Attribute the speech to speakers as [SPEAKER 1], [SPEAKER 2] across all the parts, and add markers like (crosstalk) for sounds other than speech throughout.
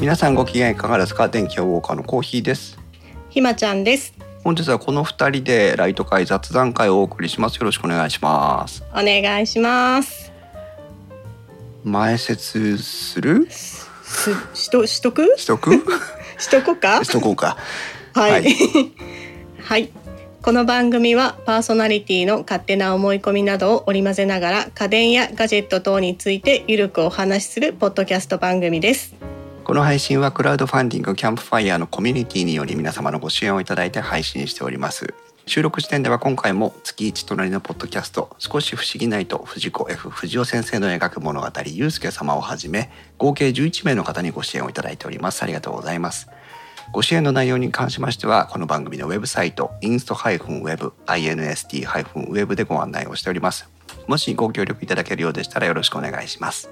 [SPEAKER 1] 皆さんご機嫌いかがですか電気屋ウォーカーのコーヒーです
[SPEAKER 2] ひまちゃんです。
[SPEAKER 1] 本日はこの二人でライト会雑談会をお送りしますよろしくお願いします
[SPEAKER 2] お願いします。
[SPEAKER 1] 前説する
[SPEAKER 2] す、しと、しとく、
[SPEAKER 1] しとく
[SPEAKER 2] しとこか
[SPEAKER 1] し。とこうか
[SPEAKER 2] は
[SPEAKER 1] はい
[SPEAKER 2] い。 (laughs) はい。この番組はパーソナリティの勝手な思い込みなどを織り交ぜながら家電やガジェット等についてゆるくお話しするポッドキャスト番組です。
[SPEAKER 1] この配信はクラウドファンディングキャンプファイヤーのコミュニティにより皆様のご支援をいただいて配信しております収録時点では今回も月一隣のポッドキャスト少し不思議ないと藤子 F 不二雄先生の描く物語ゆうすけ様をはじめ合計11名の方にご支援をいただいておりますありがとうございますご支援の内容に関しましてはこの番組のウェブサイト inst-web inst-web でご案内をしておりますもしご協力いただけるようでしたらよろしくお願いします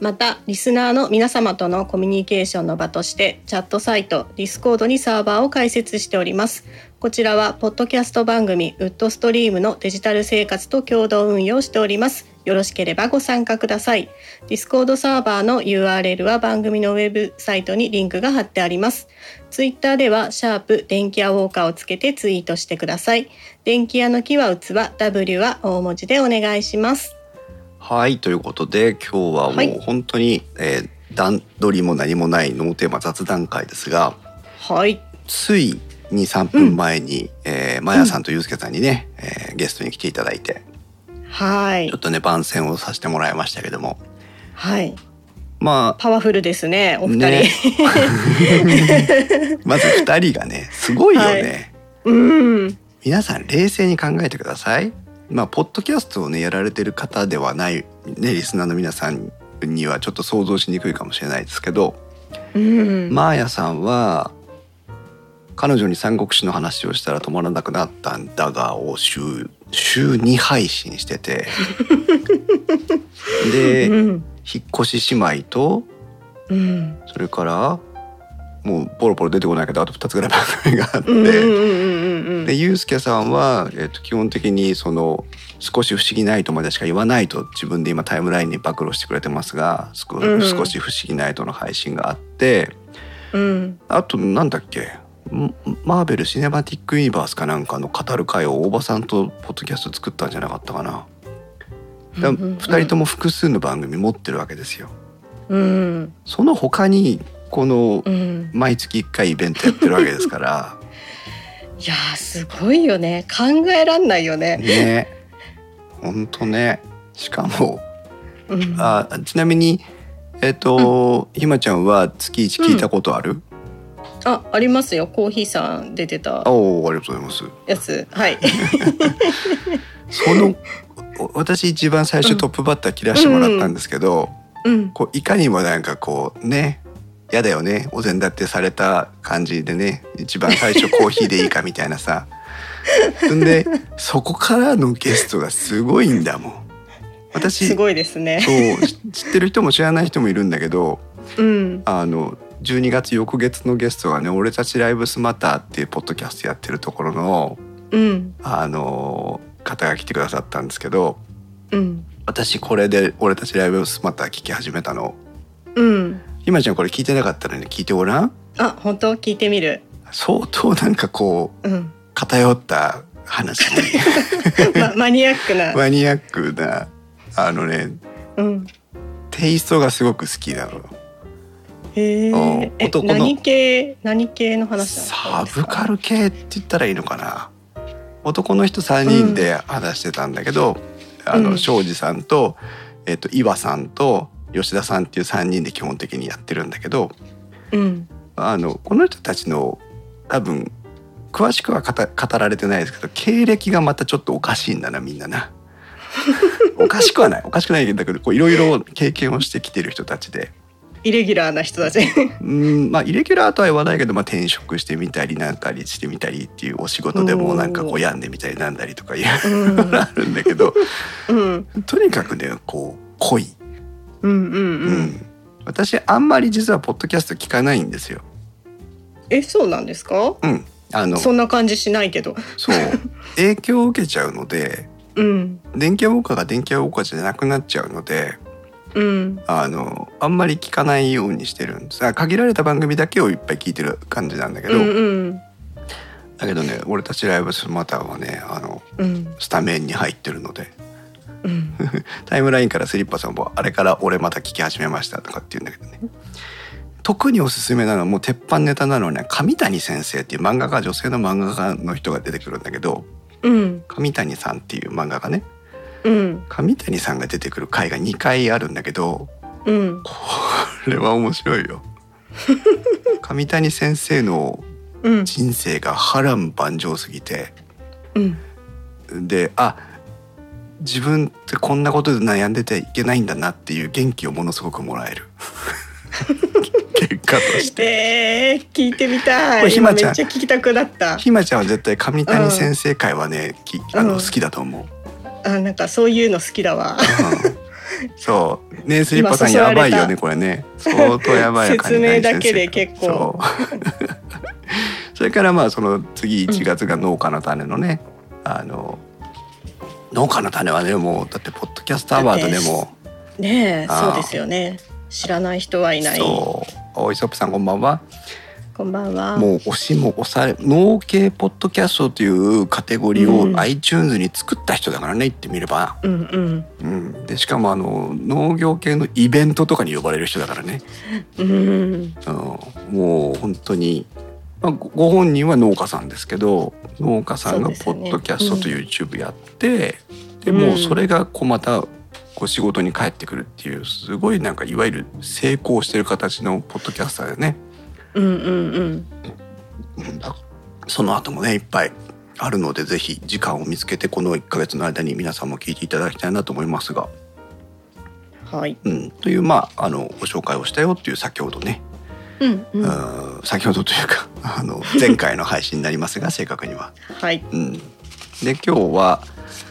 [SPEAKER 2] またリスナーの皆様とのコミュニケーションの場としてチャットサイト Discord にサーバーを開設しておりますこちらはポッドキャスト番組ウッドストリームのデジタル生活と共同運用しておりますよろしければご参加ください Discord サーバーの URL は番組のウェブサイトにリンクが貼ってありますツイッターでは、シャープ電気屋ウォーカーをつけてツイートしてください。電気屋の木は器、W は大文字でお願いします。
[SPEAKER 1] はいということで今日は
[SPEAKER 2] は
[SPEAKER 1] もう
[SPEAKER 2] い
[SPEAKER 1] 本当に、えー段取りも何もないノーテーマ雑談会ですが
[SPEAKER 2] はい。
[SPEAKER 1] つい23分前に、えー、マヤさんとユうスケさんにね、えーゲストに来ていただいて
[SPEAKER 2] はい
[SPEAKER 1] ちょっ。とね番宣をさせてもらいましたけども
[SPEAKER 2] はい。
[SPEAKER 1] まあ
[SPEAKER 2] パワフルですね、お二人。
[SPEAKER 1] ね (laughs) まず2人がねすごいよね、
[SPEAKER 2] はいうん。
[SPEAKER 1] 皆さん冷静に考えてください。まあ、ポッドキャストをねやられてる方ではない、ね、リスナーの皆さんにはちょっと想像しにくいかもしれないですけど、
[SPEAKER 2] うん。
[SPEAKER 1] マーヤさんは彼女に三国志の話をしたら止まらなくなったんだがを週週2配信して
[SPEAKER 2] (laughs)
[SPEAKER 1] てで、
[SPEAKER 2] うん。
[SPEAKER 1] 引っ越し姉妹と
[SPEAKER 2] うん。
[SPEAKER 1] それからもうポロポロ出てこないけどあと2つぐらい番組があって、
[SPEAKER 2] うん。うん。うん。うん。
[SPEAKER 1] でユうスケさんは、えっと基本的にその少し不思議ないとまでしか言わないと自分で今タイムラインに暴露してくれてますが少,、
[SPEAKER 2] うん
[SPEAKER 1] 少し不思議ないとの配信があって。
[SPEAKER 2] うん。
[SPEAKER 1] あとなんだっけんマーベル・シネマティック・ユニバースかなんかの語る会を大場さんとポッドキャスト作ったんじゃなかったかなだ
[SPEAKER 2] うんうんうん
[SPEAKER 1] 2人とも複数の番組持ってるわけですよ
[SPEAKER 2] うん。
[SPEAKER 1] その他にこの
[SPEAKER 2] うん。
[SPEAKER 1] 毎月1回イベントやってるわけですから
[SPEAKER 2] いやー、すごいよね。考えらんないよ (laughs) ね。
[SPEAKER 1] ねほんとねしかも
[SPEAKER 2] うん。
[SPEAKER 1] あちなみにえっ、と、ひまちゃんは月1聞いたことある、
[SPEAKER 2] あ、ありますよ。コーヒーさん出てた
[SPEAKER 1] あおーありがとうございます
[SPEAKER 2] や
[SPEAKER 1] (laughs)
[SPEAKER 2] つ。はい。
[SPEAKER 1] そ
[SPEAKER 2] (laughs)
[SPEAKER 1] のお私一番最初トップバッター切らしてもらったんですけど、
[SPEAKER 2] うん。
[SPEAKER 1] こういかにもなんかこうね嫌だよねお膳立てされた感じでね一番最初コーヒーでいいかみたいなさそんでそこからのゲストがすごいんだもん私
[SPEAKER 2] すごいですね。
[SPEAKER 1] そうし知ってる人も知らない人もいるんだけど
[SPEAKER 2] うん。
[SPEAKER 1] あの12月翌月のゲストがね「俺たちライブスマター」っていうポッドキャストやってるところの
[SPEAKER 2] うん。
[SPEAKER 1] あの方が来てくださったんですけど
[SPEAKER 2] うん。
[SPEAKER 1] 私これで「俺たちライブスマター」聞き始めたの。
[SPEAKER 2] うん。
[SPEAKER 1] 今ちゃんこれ聞いてなかったのに聞いてごらん
[SPEAKER 2] あ、本当聞いてみる。
[SPEAKER 1] 相当なんかこう (laughs)
[SPEAKER 2] うん。
[SPEAKER 1] 偏った話に
[SPEAKER 2] (laughs) ま、マニアックな。
[SPEAKER 1] マニアックなあのね
[SPEAKER 2] うん。
[SPEAKER 1] テイストがすごく好きなの
[SPEAKER 2] へ
[SPEAKER 1] お
[SPEAKER 2] ーえ。
[SPEAKER 1] 男の
[SPEAKER 2] 何系、何系の話なん
[SPEAKER 1] サ
[SPEAKER 2] ですか。
[SPEAKER 1] ブカル系って言ったらいいのかな男の人3人で話してたんだけど、あ
[SPEAKER 2] う
[SPEAKER 1] の
[SPEAKER 2] ん
[SPEAKER 1] 庄司さんと,、えっと岩さんと吉田さんっていう3人で基本的にやってるんだけど
[SPEAKER 2] うん。
[SPEAKER 1] あのこの人たちの多分詳しくは語語られてないですけど経歴がまたちょっとおかしいんだなみんな (laughs) な。おかしくはないおかしくないんだけどこういろいろ経験をしてきてる人たちで
[SPEAKER 2] イレギュラーな人たち。
[SPEAKER 1] うんまあイレギュラーとは言わないけど、まあ、転職してみたりなんかりしてみたりっていうお仕事でも
[SPEAKER 2] おー
[SPEAKER 1] なんかこう病んでみたりなんだりとかいう
[SPEAKER 2] うん
[SPEAKER 1] あるんだけ (laughs) ど
[SPEAKER 2] うん
[SPEAKER 1] とにかくねこう濃い、
[SPEAKER 2] うんう
[SPEAKER 1] うん
[SPEAKER 2] ん。
[SPEAKER 1] 私あんまり実はポッドキャスト聞かないんですよ。
[SPEAKER 2] え、そうなんですか。
[SPEAKER 1] うん、あの
[SPEAKER 2] そんな感じしないけど。
[SPEAKER 1] (laughs) そう影響を受けちゃうので
[SPEAKER 2] うん。
[SPEAKER 1] 電気屋ウォーカーが電気屋ウォーカーじゃなくなっちゃうので
[SPEAKER 2] うん。
[SPEAKER 1] あのあんまり聞かないようにしてるんですあ限られた番組だけをいっぱい聞いてる感じなんだけ
[SPEAKER 2] う
[SPEAKER 1] ど、
[SPEAKER 2] んうん
[SPEAKER 1] だけどね俺たちライブスマターはねあの
[SPEAKER 2] うん
[SPEAKER 1] スタメンに入ってるので
[SPEAKER 2] うん
[SPEAKER 1] タイムラインからスリッパさんも「あれから俺また聞き始めました」とかって言うんだけどね特におすすめなのはもう鉄板ネタなのはね上谷先生っていう漫画家女性の漫画家の人が出てくるんだけど
[SPEAKER 2] うん
[SPEAKER 1] 上谷さんっていう漫画家ね
[SPEAKER 2] うん
[SPEAKER 1] 上谷さんが出てくる回が2回あるんだけど
[SPEAKER 2] うん
[SPEAKER 1] これは面白い
[SPEAKER 2] (laughs)
[SPEAKER 1] よ上谷先生の
[SPEAKER 2] うん
[SPEAKER 1] 人生が波乱万丈すぎて
[SPEAKER 2] うん
[SPEAKER 1] であ自分ってこんなことで悩んでていけないんだなっていう元気をものすごくもらえ
[SPEAKER 2] (laughs)
[SPEAKER 1] る結果として
[SPEAKER 2] えー、聞いてみた
[SPEAKER 1] こ
[SPEAKER 2] い
[SPEAKER 1] れひま
[SPEAKER 2] 今
[SPEAKER 1] ち
[SPEAKER 2] め
[SPEAKER 1] ゃん
[SPEAKER 2] っちゃ聞きたくなった
[SPEAKER 1] ひまちゃんは絶対上谷先生会はね、きあ
[SPEAKER 2] う
[SPEAKER 1] の
[SPEAKER 2] ん
[SPEAKER 1] 好きだと思う、
[SPEAKER 2] あなんかそういうの好きだわ
[SPEAKER 1] うんそうねスリッパさん
[SPEAKER 2] 今誘
[SPEAKER 1] や
[SPEAKER 2] われ
[SPEAKER 1] ば
[SPEAKER 2] た
[SPEAKER 1] いよねこれね相当やばいよ
[SPEAKER 2] 説明だけで結構
[SPEAKER 1] そう (laughs) それからまあその次1月が農家の種のね、あの農家の種はねもうだってポッドキャストアワードでも
[SPEAKER 2] ねえ
[SPEAKER 1] あー
[SPEAKER 2] そうですよね知らない人はいない
[SPEAKER 1] そうおいそっぷさんこんばんは
[SPEAKER 2] こんばんは
[SPEAKER 1] もう押しも押され農系ポッドキャストというカテゴリ
[SPEAKER 2] う
[SPEAKER 1] ー
[SPEAKER 2] ん
[SPEAKER 1] を iTunes に作った人だからね言ってみれば、
[SPEAKER 2] うんうん
[SPEAKER 1] うん、でしかもあの農業系のイベントとかに呼ばれる人だからね、
[SPEAKER 2] うん
[SPEAKER 1] うん、もう本当に、まあ、ごご本人は農家さんですけど農家さんが
[SPEAKER 2] そうです
[SPEAKER 1] ポ
[SPEAKER 2] よね
[SPEAKER 1] ッドキャストと YouTube やってで,、
[SPEAKER 2] うん
[SPEAKER 1] もうそれがこうまたこう仕事に帰ってくるっていうすごいなんかいわゆる成功してる形のポッドキャスターだよね。
[SPEAKER 2] うんうんうん
[SPEAKER 1] その後もねいっぱいあるのでぜひ時間を見つけてこの1ヶ月の間に皆さんも聞いていただきたいなと思いますが、
[SPEAKER 2] はい
[SPEAKER 1] うん、というまああのご紹介をしたよっていう先ほどね、
[SPEAKER 2] うんう
[SPEAKER 1] うんん、先ほどというか (laughs) あの前回の配信になりますが正確には。
[SPEAKER 2] はい
[SPEAKER 1] うん、で今日は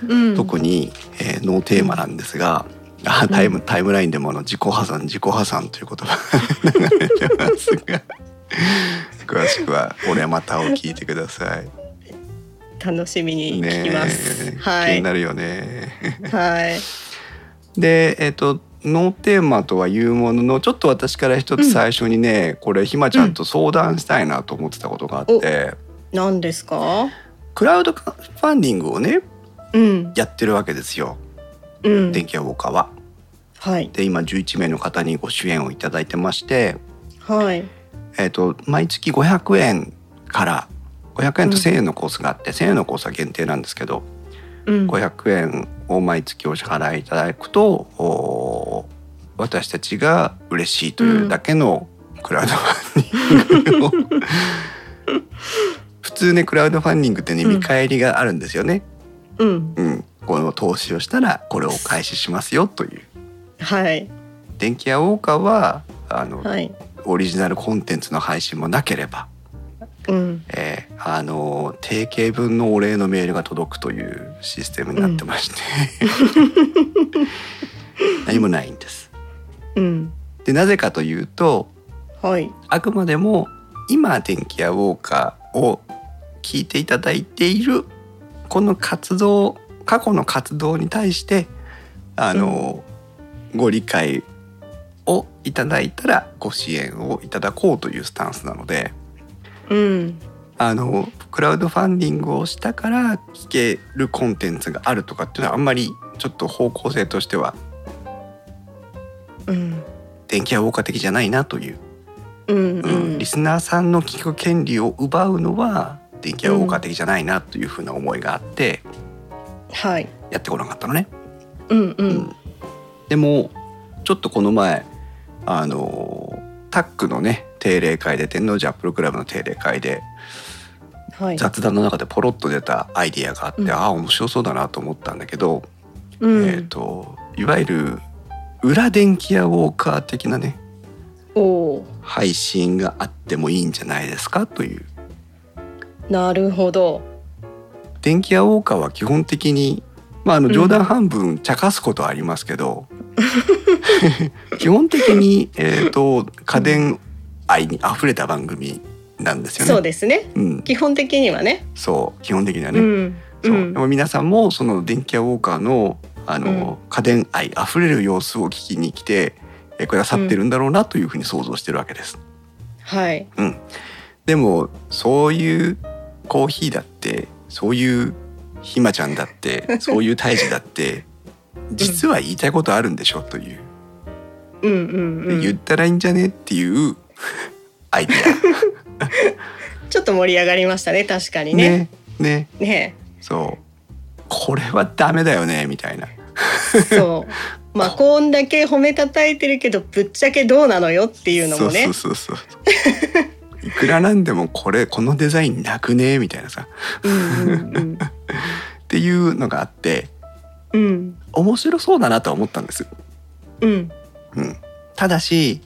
[SPEAKER 2] うん
[SPEAKER 1] 特に、えーノーテーマなんですが。あタイムタイムラインでもあの自己破産自己破産という言葉 (laughs) が流れてますが詳しくは「俺また」を聞いてください。
[SPEAKER 2] 楽しみに聞きます
[SPEAKER 1] ねえ
[SPEAKER 2] は
[SPEAKER 1] 気に
[SPEAKER 2] い
[SPEAKER 1] なるよね。
[SPEAKER 2] はい
[SPEAKER 1] で、えっ、と、ノーテーマとはいうものの、ちょっと私から一つ最初にね、これひまちゃんと相談したいなと思ってたことがあって、
[SPEAKER 2] 何ですか
[SPEAKER 1] クラウドファンディングをね、
[SPEAKER 2] うん
[SPEAKER 1] やってるわけですよ。
[SPEAKER 2] うん
[SPEAKER 1] 電気屋ウォーカーは。
[SPEAKER 2] はい
[SPEAKER 1] で、今11名の方にご支援をいただいてまして、
[SPEAKER 2] はい
[SPEAKER 1] えっ、と、毎月500円から。500円と
[SPEAKER 2] うん
[SPEAKER 1] 1,000円のコースがあって、1,000円のコースは限定なんですけど、
[SPEAKER 2] うん
[SPEAKER 1] 500円を毎月お支払いいただくとおー私たちが嬉しいというだけのクラウドファンディン
[SPEAKER 2] (laughs)
[SPEAKER 1] グを、普通ねクラウドファンディングってね
[SPEAKER 2] うん
[SPEAKER 1] 見返りがあるんですよね、
[SPEAKER 2] うん
[SPEAKER 1] うんこの投資をしたらこれを開始しますよという
[SPEAKER 2] はい
[SPEAKER 1] 電気屋ウォーカーはあの、
[SPEAKER 2] はい
[SPEAKER 1] オリジナルコンテンツの配信もなければ、
[SPEAKER 2] うん
[SPEAKER 1] えーあの定型文のお礼のメールが届くというシステムになってま
[SPEAKER 2] (laughs)
[SPEAKER 1] して、何もないんです。
[SPEAKER 2] うん
[SPEAKER 1] でなぜかというと
[SPEAKER 2] はい
[SPEAKER 1] あくまでも今電気屋ウォーカーを聞いていただいているこの活動過去の活動に対してあの、ご理解をいただいたらご支援をいただこうというスタンスなので。
[SPEAKER 2] うん
[SPEAKER 1] あのクラウドファンディングをしたから聞けるコンテンツがあるとかっていうのはあんまりちょっと方向性としては
[SPEAKER 2] うん
[SPEAKER 1] 電気屋ウォーカー的じゃないなという、
[SPEAKER 2] うん
[SPEAKER 1] う
[SPEAKER 2] うんん
[SPEAKER 1] リスナーさんの聞く権利を奪うのは電気屋ウォーカー的じゃないなというふうな思いがあって
[SPEAKER 2] はい
[SPEAKER 1] やってこなかったのね。
[SPEAKER 2] うんう
[SPEAKER 1] うんんでもちょっとこの前あのタックのね定例会で天王寺アップルクラブの定例会で
[SPEAKER 2] はい
[SPEAKER 1] 雑談の中でポロッと出たアイディアがあって、
[SPEAKER 2] うん
[SPEAKER 1] ああ面白そうだなと思ったんだけど、
[SPEAKER 2] うん
[SPEAKER 1] えー、といわゆる裏電気屋ウォーカー的なね
[SPEAKER 2] おー
[SPEAKER 1] 配信があってもいいんじゃないですかという
[SPEAKER 2] なるほど
[SPEAKER 1] 電気屋ウォーカーは基本的に、まあ、あの
[SPEAKER 2] うん
[SPEAKER 1] 冗談半分茶化すことはありますけ
[SPEAKER 2] (laughs)
[SPEAKER 1] ど、基本的に、えー、と家電愛にあふれた番組なんですよね。
[SPEAKER 2] そうですね
[SPEAKER 1] うん、
[SPEAKER 2] 基本的にはね
[SPEAKER 1] そう基本的には
[SPEAKER 2] う
[SPEAKER 1] ね、
[SPEAKER 2] ん
[SPEAKER 1] そううんでも皆さんもその電気屋ウォーカーのあの、家電愛あふれる様子を聞きに来てえーくださってるんだろうなというふうに想像してるわけです。
[SPEAKER 2] はい
[SPEAKER 1] うん、でもそういうコーヒーだってそういうひまちゃんだって
[SPEAKER 2] (laughs)
[SPEAKER 1] そういう胎児だって実は言いたいことあるんでしょという、
[SPEAKER 2] うんうんう
[SPEAKER 1] 言っ
[SPEAKER 2] ん
[SPEAKER 1] たらいいんじゃねって
[SPEAKER 2] (laughs)
[SPEAKER 1] いうアイデ
[SPEAKER 2] ちょっと盛り上がりましたね確か
[SPEAKER 1] ア
[SPEAKER 2] にね
[SPEAKER 1] ねね
[SPEAKER 2] ね
[SPEAKER 1] そうこれはダメだよねみたいな
[SPEAKER 2] そうまあこんだけ褒めたたいてるけどぶっちゃけどうなのよっていうのもね
[SPEAKER 1] そうそうそうそういくらなんでもこれこのデザインなくねみたいなさ
[SPEAKER 2] うんうん
[SPEAKER 1] っていうのがあって
[SPEAKER 2] うんうん
[SPEAKER 1] 面白そうだなとは思ったんです。
[SPEAKER 2] うん
[SPEAKER 1] うん、ただし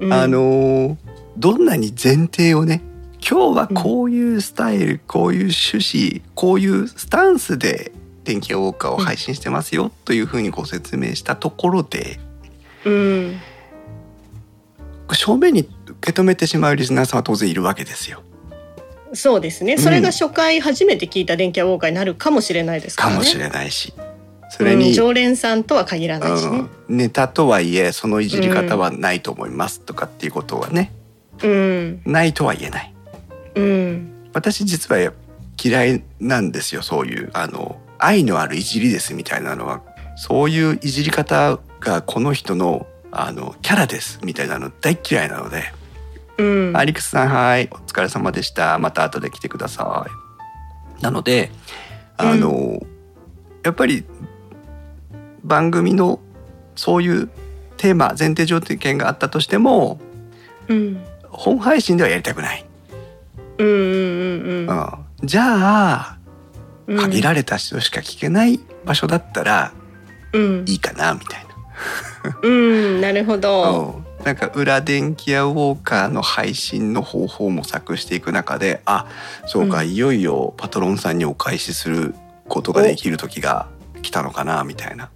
[SPEAKER 2] うん
[SPEAKER 1] あのーどんなに前提をね今日はこういうスタイル、こういう趣旨こういうスタンスで「天気ウォーカー」を配信してますよというふうにご説明したところで
[SPEAKER 2] うん
[SPEAKER 1] 正面に受け止めてしまうリスナーさんは当然いるわけですよ。
[SPEAKER 2] そうですね。それが初回初めて聞いた電気屋ウォーカーになるかもしれないですか
[SPEAKER 1] から
[SPEAKER 2] ね。
[SPEAKER 1] もしれないしそれに、
[SPEAKER 2] うん常連さんとは限らないしね。
[SPEAKER 1] うんネタとはいえそのいじり方はないと思いますとかっていうことはね、
[SPEAKER 2] うん、
[SPEAKER 1] ないとは言えない。
[SPEAKER 2] うん、
[SPEAKER 1] 私実は嫌いなんですよそういうあの愛のあるいじりですみたいなのはそういういじり方がこの人のあのキャラですみたいなの大嫌いなので、
[SPEAKER 2] うん、
[SPEAKER 1] アリクスさんはいお疲れ様でしたまた後で来てくださいなのであの、やっぱり番組のそういうテーマ前提条件があったとしても
[SPEAKER 2] うん、
[SPEAKER 1] 本配信ではやりたくない、
[SPEAKER 2] うん、うん、うん、
[SPEAKER 1] うんじゃあ
[SPEAKER 2] うん、
[SPEAKER 1] 限られた人しか聞けない場所だったら
[SPEAKER 2] うん、
[SPEAKER 1] いいかなみたいな、
[SPEAKER 2] うん、なるほど。
[SPEAKER 1] うんなんか裏電気屋ウォーカーの配信の方法を模索していく中であそうか、
[SPEAKER 2] うん
[SPEAKER 1] いよいよパトロンさんにお返しすることができる時が来たのかなみたいな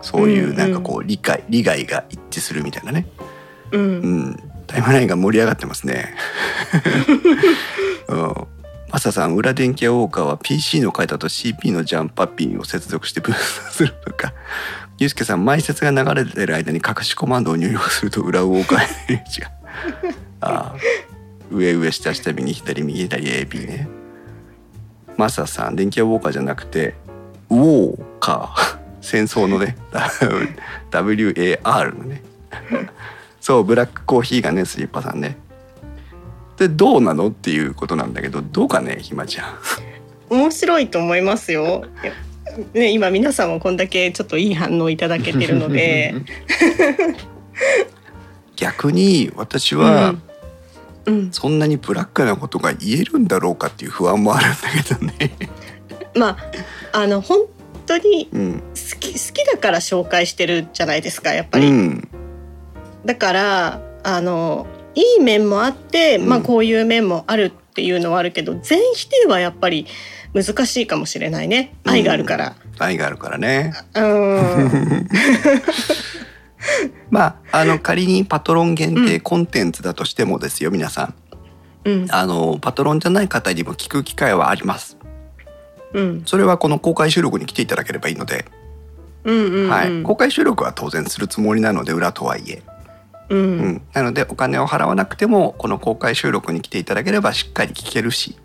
[SPEAKER 1] そうい
[SPEAKER 2] うんう
[SPEAKER 1] うんなんかこう理解、利害が一致するみたいなね、
[SPEAKER 2] う、
[SPEAKER 1] うんん、タイムラインが盛り上がってますね。 (laughs) うんマサさん裏電気屋ウォーカーは PC の回だと CP のジャンパピンを接続して分散するのかユースケさん前説が流れてる間に隠しコマンドを入力すると裏ウォーカーのイメージが (laughs) ああ上上下下右左右左 AB ねマサさん電気屋ウォーカーじゃなくてウォーカー (laughs) 戦争のね WAR のねそうブラックコーヒーがねスリッパさんねでどうなのっていうことなんだけどどうかねひまちゃん。
[SPEAKER 2] 面白いと思いますよ。いやね、今皆さんもこんだけちょっといい反応いただけてるので、
[SPEAKER 1] (laughs) 逆に私は
[SPEAKER 2] うんうん、
[SPEAKER 1] そんなにブラックなことが言えるんだろうかっていう不安もあるんだけど
[SPEAKER 2] (laughs)
[SPEAKER 1] ね。
[SPEAKER 2] まああの本当に
[SPEAKER 1] うん、
[SPEAKER 2] 好き好きだから紹介してるじゃないですか、やっぱ
[SPEAKER 1] う
[SPEAKER 2] り。
[SPEAKER 1] ん、
[SPEAKER 2] だからあのいい面もあって、まあ、
[SPEAKER 1] うん
[SPEAKER 2] こういう面もあるっていうのはあるけど、全否定はやっぱり難しいかもしれないね
[SPEAKER 1] うん
[SPEAKER 2] 愛があ
[SPEAKER 1] (laughs)
[SPEAKER 2] るから。
[SPEAKER 1] 愛があるからね。
[SPEAKER 2] うん、
[SPEAKER 1] まああの仮にパトロン限定コンテンツだとしてもですよ、皆さん。
[SPEAKER 2] うん
[SPEAKER 1] あのパトロンじゃない方にも聞く機会はあります。
[SPEAKER 2] うん
[SPEAKER 1] それはこの公開収録に来ていただければいいので、
[SPEAKER 2] うんうん
[SPEAKER 1] はい、公開収録は当然するつもりなので裏とはいえ。
[SPEAKER 2] う
[SPEAKER 1] うんん、なのでお金を払わなくてもこの公開収録に来ていただければしっかり聞けるし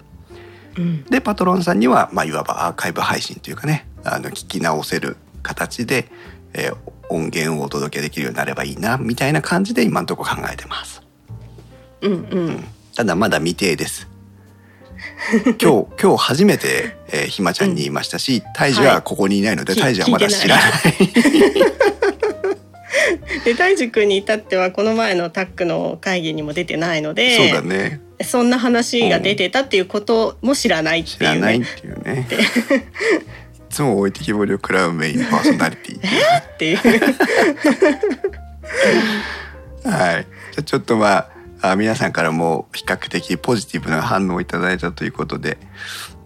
[SPEAKER 2] うん
[SPEAKER 1] でパトロンさんには、まあ、いわばアーカイブ配信というかねあの聞き直せる形で、えー音源をお届けできるようになればいいなみたいな感じで今のところ考えてます
[SPEAKER 2] うんうん
[SPEAKER 1] ただまだ未定です
[SPEAKER 2] (laughs)
[SPEAKER 1] 今日今日初めて、えーひまちゃんに言いましたし胎児はここにいないので
[SPEAKER 2] はい
[SPEAKER 1] 胎児はまだ
[SPEAKER 2] 聞い
[SPEAKER 1] 知
[SPEAKER 2] て
[SPEAKER 1] ら
[SPEAKER 2] ない
[SPEAKER 1] ない
[SPEAKER 2] (laughs) で大樹君に至ってはこの前のタックの会議にも出てないので
[SPEAKER 1] そうだね
[SPEAKER 2] そんな話が出てたっていうことも知らないっ
[SPEAKER 1] 知
[SPEAKER 2] てい
[SPEAKER 1] ら
[SPEAKER 2] う
[SPEAKER 1] ないっ
[SPEAKER 2] ね
[SPEAKER 1] ていうねいつも置いてきぼりを食らうメインパーソナリティ
[SPEAKER 2] っていう。
[SPEAKER 1] はい。じゃあちょっとまああ皆さんからも比較的ポジティブな反応をいただいたということで、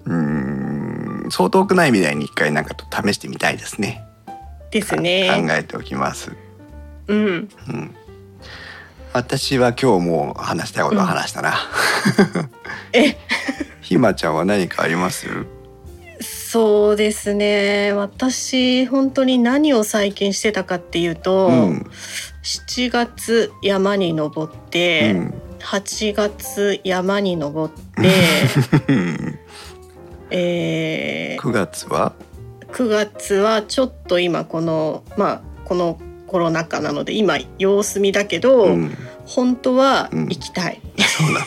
[SPEAKER 1] うーん、そう遠くない未来に一回なんかと試してみたいですね。
[SPEAKER 2] です
[SPEAKER 1] 考
[SPEAKER 2] ね。
[SPEAKER 1] えておきます。
[SPEAKER 2] うん
[SPEAKER 1] うん。私は今日もう話したいことは話したな。
[SPEAKER 2] え
[SPEAKER 1] ひまちゃんは何かあります？
[SPEAKER 2] そうですね私本当に何を最近してたかっていうと、
[SPEAKER 1] うん
[SPEAKER 2] 7月山に登っ
[SPEAKER 1] う
[SPEAKER 2] て、
[SPEAKER 1] ん
[SPEAKER 2] 8月山に登って、
[SPEAKER 1] (laughs)
[SPEAKER 2] えー
[SPEAKER 1] 9月は
[SPEAKER 2] 9月はちょっと今このまあこのコロナ禍なので今様子見だけど、
[SPEAKER 1] うん
[SPEAKER 2] 本当は行きたい、
[SPEAKER 1] そうなん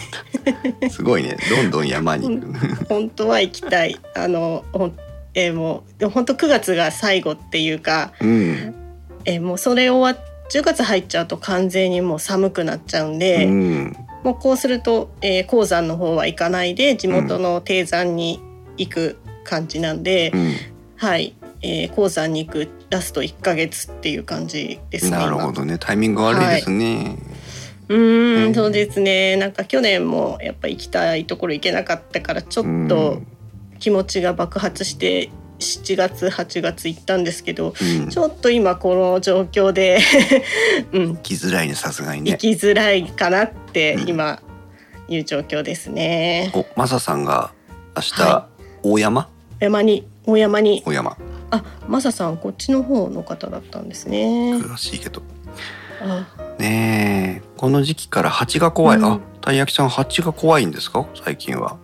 [SPEAKER 1] だすごいねどんどん山に行く、
[SPEAKER 2] 本当は行きたいあのほんえーもうでも本当9月が最後っていうか、
[SPEAKER 1] うん
[SPEAKER 2] えーもうそれ終わっ10月入っちゃうと完全にもう寒くなっちゃうんで、
[SPEAKER 1] うん
[SPEAKER 2] もうこうすると、えー鉱山の方は行かないで地元の低山に行く感じなんで、
[SPEAKER 1] うん
[SPEAKER 2] はい、えー鉱山に行くラスト1ヶ月っていう感じですね。
[SPEAKER 1] なるほどねタイミング悪いですね、
[SPEAKER 2] 今うーん、
[SPEAKER 1] うん
[SPEAKER 2] そうですねなんか去年もやっぱ行きたいところ行けなかったからちょ
[SPEAKER 1] うん
[SPEAKER 2] っと気持ちが爆発して7月8月行ったんですけど
[SPEAKER 1] うん
[SPEAKER 2] ちょっと今この状況で、 (laughs) うん、
[SPEAKER 1] 来づらいねさすがに
[SPEAKER 2] 行
[SPEAKER 1] ね
[SPEAKER 2] きづらいかなって
[SPEAKER 1] うん
[SPEAKER 2] 今いう状況ですね。
[SPEAKER 1] おマサさんが明日、
[SPEAKER 2] は
[SPEAKER 1] 大山
[SPEAKER 2] 山に大山に
[SPEAKER 1] 大山
[SPEAKER 2] あマサさんこっちの方の方だったんですね。
[SPEAKER 1] らしいけど
[SPEAKER 2] あ
[SPEAKER 1] ねえこの時期から蜂が怖い、
[SPEAKER 2] うん
[SPEAKER 1] あたい焼きさん蜂が怖いんですか最近は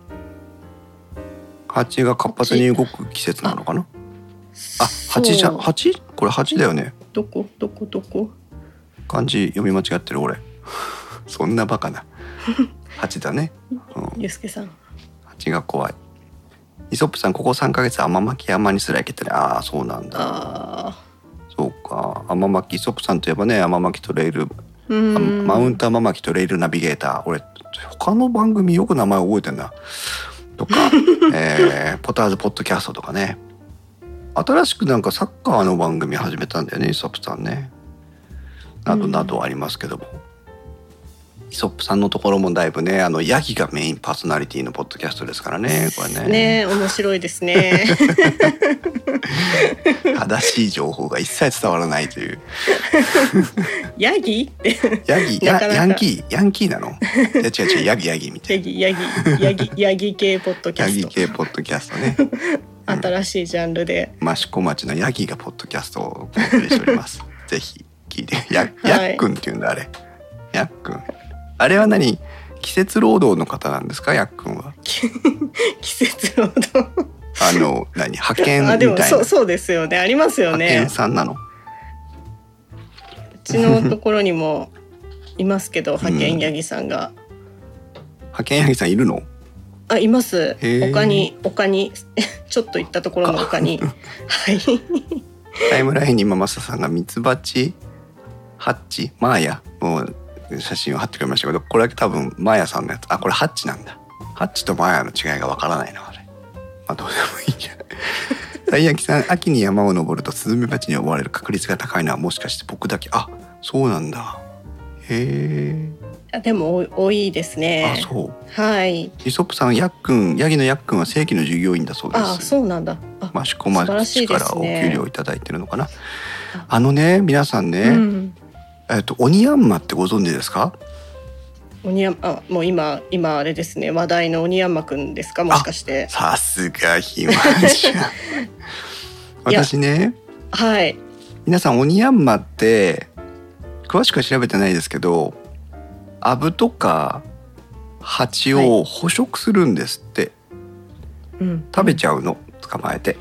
[SPEAKER 1] 蜂が活発に動く季節なのかなあ蜂じゃ
[SPEAKER 2] そう
[SPEAKER 1] 蜂これ蜂だよね
[SPEAKER 2] どこどこどこ
[SPEAKER 1] 漢字読み間違ってる俺 (laughs) そんなバカな蜂だね、うん、
[SPEAKER 2] ゆうすけさん。
[SPEAKER 1] 蜂が怖いイソップさんここ3ヶ月甘巻き山にすら行けてないああそうなんだ
[SPEAKER 2] あ
[SPEAKER 1] そうか甘巻きイソップさんといえばね甘巻きトレイル
[SPEAKER 2] ーう
[SPEAKER 1] あ
[SPEAKER 2] ん
[SPEAKER 1] マウントママキとレイルナビゲーター俺他の番組よく名前覚えてんなと
[SPEAKER 2] (laughs)
[SPEAKER 1] か、えーポターズポッドキャストとかね新しくなんかサッカーの番組始めたんだよねイソップさんねなどなどありますけども、イソップさんのところもだいぶねあのヤギがメインパーソナリティのポッドキャストですからねこれね
[SPEAKER 2] ね面白いで
[SPEAKER 1] (laughs)
[SPEAKER 2] すね。
[SPEAKER 1] 正しい情報が一切伝わらないと
[SPEAKER 2] (laughs)
[SPEAKER 1] いう
[SPEAKER 2] ヤギって
[SPEAKER 1] ヤギ
[SPEAKER 2] なかなか
[SPEAKER 1] やヤンキーヤンキーなのいや違う違うヤギヤギみたい
[SPEAKER 2] ヤ
[SPEAKER 1] な
[SPEAKER 2] ギヤギヤギ
[SPEAKER 1] (laughs)
[SPEAKER 2] ヤギ系ポッドキ (laughs) ャ
[SPEAKER 1] ヤ
[SPEAKER 2] ス
[SPEAKER 1] ギ
[SPEAKER 2] ト
[SPEAKER 1] 系ポッドキャストね
[SPEAKER 2] 新しいジャンルで。
[SPEAKER 1] 益子町のヤギがポッドキャストをお送りしており
[SPEAKER 2] (laughs)
[SPEAKER 1] ます。ぜひ聞いて、や、やっくんって言うんだあれ。やっくん。あれは何？季節労働の方なんですか、やっくんは。
[SPEAKER 2] 季節
[SPEAKER 1] (laughs)
[SPEAKER 2] 労働
[SPEAKER 1] あの何派遣みた
[SPEAKER 2] あで
[SPEAKER 1] い
[SPEAKER 2] も
[SPEAKER 1] な。
[SPEAKER 2] そうそうですよねありますよ
[SPEAKER 1] 派
[SPEAKER 2] ね
[SPEAKER 1] 遣さんなの。
[SPEAKER 2] うちのところにもいますけど派遣ヤギさんが、
[SPEAKER 1] 派遣ヤギさんいるの？
[SPEAKER 2] あいます
[SPEAKER 1] へー
[SPEAKER 2] 丘に丘に (laughs) ちょっと行ったところの丘にはい
[SPEAKER 1] タイムラインに今マサさんがミツバチ、ハッチ、マーヤの写真を貼ってくれましたけど、これは多分マーヤさんのやつ。あ、これハッチなんだ。ハッチとマーヤの違いがわからないなあれ。まあどうでもいいん
[SPEAKER 2] (laughs)
[SPEAKER 1] じゃない。たい焼きさん、秋に山を登るとスズメバチに追われる確率が高いのはもしかして僕だけ。あ、そうなんだ。へ
[SPEAKER 2] あでも多いです
[SPEAKER 1] え。あ、
[SPEAKER 2] ね
[SPEAKER 1] そう。
[SPEAKER 2] はい
[SPEAKER 1] イソップさん、ヤックン、ヤギのヤックンは正規の従業員だそうです。
[SPEAKER 2] あそうなんだあ、
[SPEAKER 1] 益子町か
[SPEAKER 2] 素晴らしいで
[SPEAKER 1] ら
[SPEAKER 2] す
[SPEAKER 1] お
[SPEAKER 2] ね
[SPEAKER 1] 給料いただいてるのかな。
[SPEAKER 2] あ
[SPEAKER 1] あのね、皆さんね。
[SPEAKER 2] うん
[SPEAKER 1] えっと、オニヤンマってご存知ですか。
[SPEAKER 2] 鬼山あもう今今あれですね話題の鬼山くんですかもしかして
[SPEAKER 1] さすがひまちゃん。私ね、
[SPEAKER 2] はい
[SPEAKER 1] 皆さんオニヤンマって。詳しくは調べてないですけど。アブとか。蜂を捕食するんですって、
[SPEAKER 2] うん
[SPEAKER 1] 食べちゃうの、捕まえて。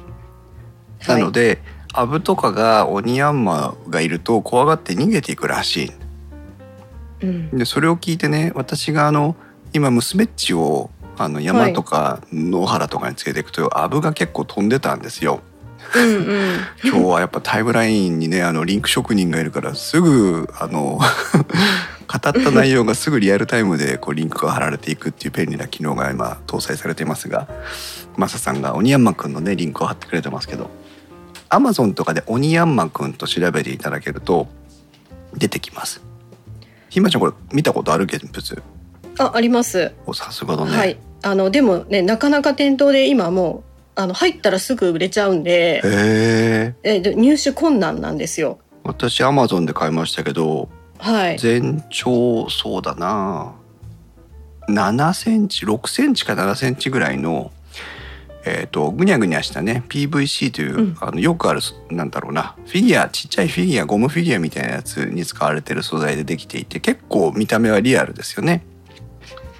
[SPEAKER 2] は
[SPEAKER 1] ないので、アブとかがオニヤンマがいると怖がって逃げていくらしい。
[SPEAKER 2] うん
[SPEAKER 1] でそれを聞いてね私があの今娘っちをあの山とか野原とかに連れていくと、アブが結構飛んでたんですよ。
[SPEAKER 2] うんうん
[SPEAKER 1] 今日はやっぱタイムラインにねあのリンク職人がいるからすぐあの (laughs) 語った内容がすぐリアルタイムでこうリンクが貼られていくっていう便利な機能が今搭載されていますがマサさんが「鬼ヤンマくん」のねリンクを貼ってくれてますけど Amazon とかで「鬼ヤンマくん」と調べていただけると出てきます。ひまちゃんこれ見たことある現物
[SPEAKER 2] ああります
[SPEAKER 1] おさすがだね。
[SPEAKER 2] はい、あのでもねなかなか店頭で今もうあの入ったらすぐ売れちゃうんで
[SPEAKER 1] へえ
[SPEAKER 2] えで入手困難なんですよ。
[SPEAKER 1] 私 Amazon で買いましたけど
[SPEAKER 2] はい、
[SPEAKER 1] 全長そうだな7センチ6センチか7センチぐらいの、えー、とぐにゃぐにゃしたね PVC という、
[SPEAKER 2] うん
[SPEAKER 1] あのよくあるなんだろうなフィギュアちっちゃいフィギュアゴムフィギュアみたいなやつに使われてる素材でできていて結構見た目はリアルですよね。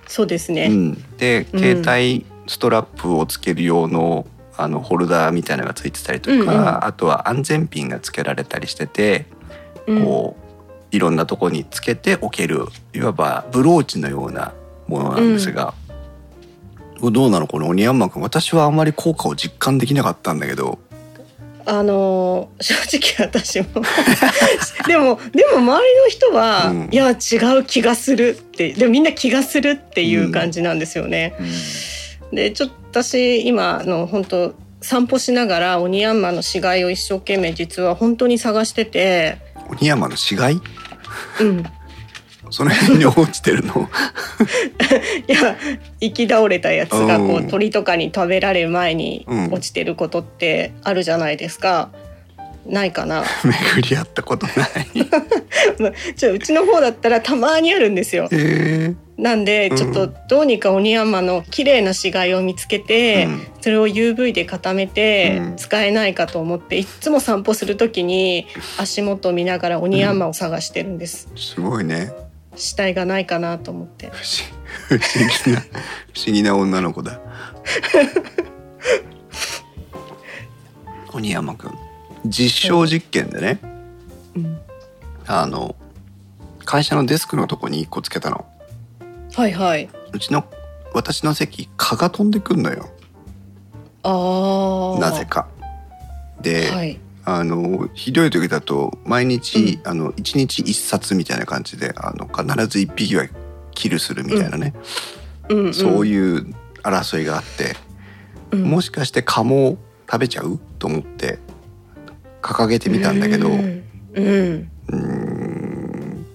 [SPEAKER 2] そうです
[SPEAKER 1] う
[SPEAKER 2] ね。
[SPEAKER 1] ん、で
[SPEAKER 2] うん
[SPEAKER 1] 携帯ストラップをつける用のあのホルダーみたいなのがついてたりとか、
[SPEAKER 2] うんうん
[SPEAKER 1] あとは安全ピンがつけられたりしてて、
[SPEAKER 2] うん
[SPEAKER 1] こういろんなとこにつけておけるいわばブローチのようなものなんですが、どうなのこのオニヤンマ君私はあまり効果を実感できなかったんだけど
[SPEAKER 2] あのー正直私も (laughs) でもでも周りの人は、
[SPEAKER 1] うん
[SPEAKER 2] いや違う気がするってでもみんな気がするっていう感じなんですよね。でちょっと私今あの本当散歩しながらオニヤンマの死骸を一生懸命実は本当に探してて、
[SPEAKER 1] オニヤンマの死骸
[SPEAKER 2] うん、い
[SPEAKER 1] その辺に落ちてるの (laughs)
[SPEAKER 2] や生き倒れたやつがこ
[SPEAKER 1] うん
[SPEAKER 2] う鳥とかに食べられる前に
[SPEAKER 1] うん
[SPEAKER 2] 落ちてることってあるじゃないですか。ないかな
[SPEAKER 1] 巡り合ったこと
[SPEAKER 2] (laughs)
[SPEAKER 1] ない。
[SPEAKER 2] ちょうちの方だったらたまにあるんですよ。
[SPEAKER 1] え
[SPEAKER 2] なんで
[SPEAKER 1] うん
[SPEAKER 2] ちょっとどうにかオニヤンマの綺麗な死骸を見つけて、
[SPEAKER 1] うん
[SPEAKER 2] それを UV で固めて
[SPEAKER 1] うん
[SPEAKER 2] 使えないかと思って、いっつも散歩するときに足元を見ながらオニヤンマを探してるんです、
[SPEAKER 1] すごいね
[SPEAKER 2] 死体がないかなと思って
[SPEAKER 1] 不思不思議な不思議な女の子
[SPEAKER 2] (laughs)
[SPEAKER 1] だ。オニヤンマ君実証実験でね、
[SPEAKER 2] うん
[SPEAKER 1] あの会社のデスクのとこに1個つけたの
[SPEAKER 2] はいはいう
[SPEAKER 1] ちの私の席蚊が飛んでくんのよ
[SPEAKER 2] ああ
[SPEAKER 1] なぜか。で、
[SPEAKER 2] はい
[SPEAKER 1] あのひどい時だと毎日、あの1日1冊みたいな感じであの必ず1匹はキルするみたいなね、
[SPEAKER 2] うんうん
[SPEAKER 1] そういう争いがあって、
[SPEAKER 2] うん
[SPEAKER 1] もしかして蚊も食べちゃうと思って掲げてみたんだけど、
[SPEAKER 2] うん、うん
[SPEAKER 1] うーん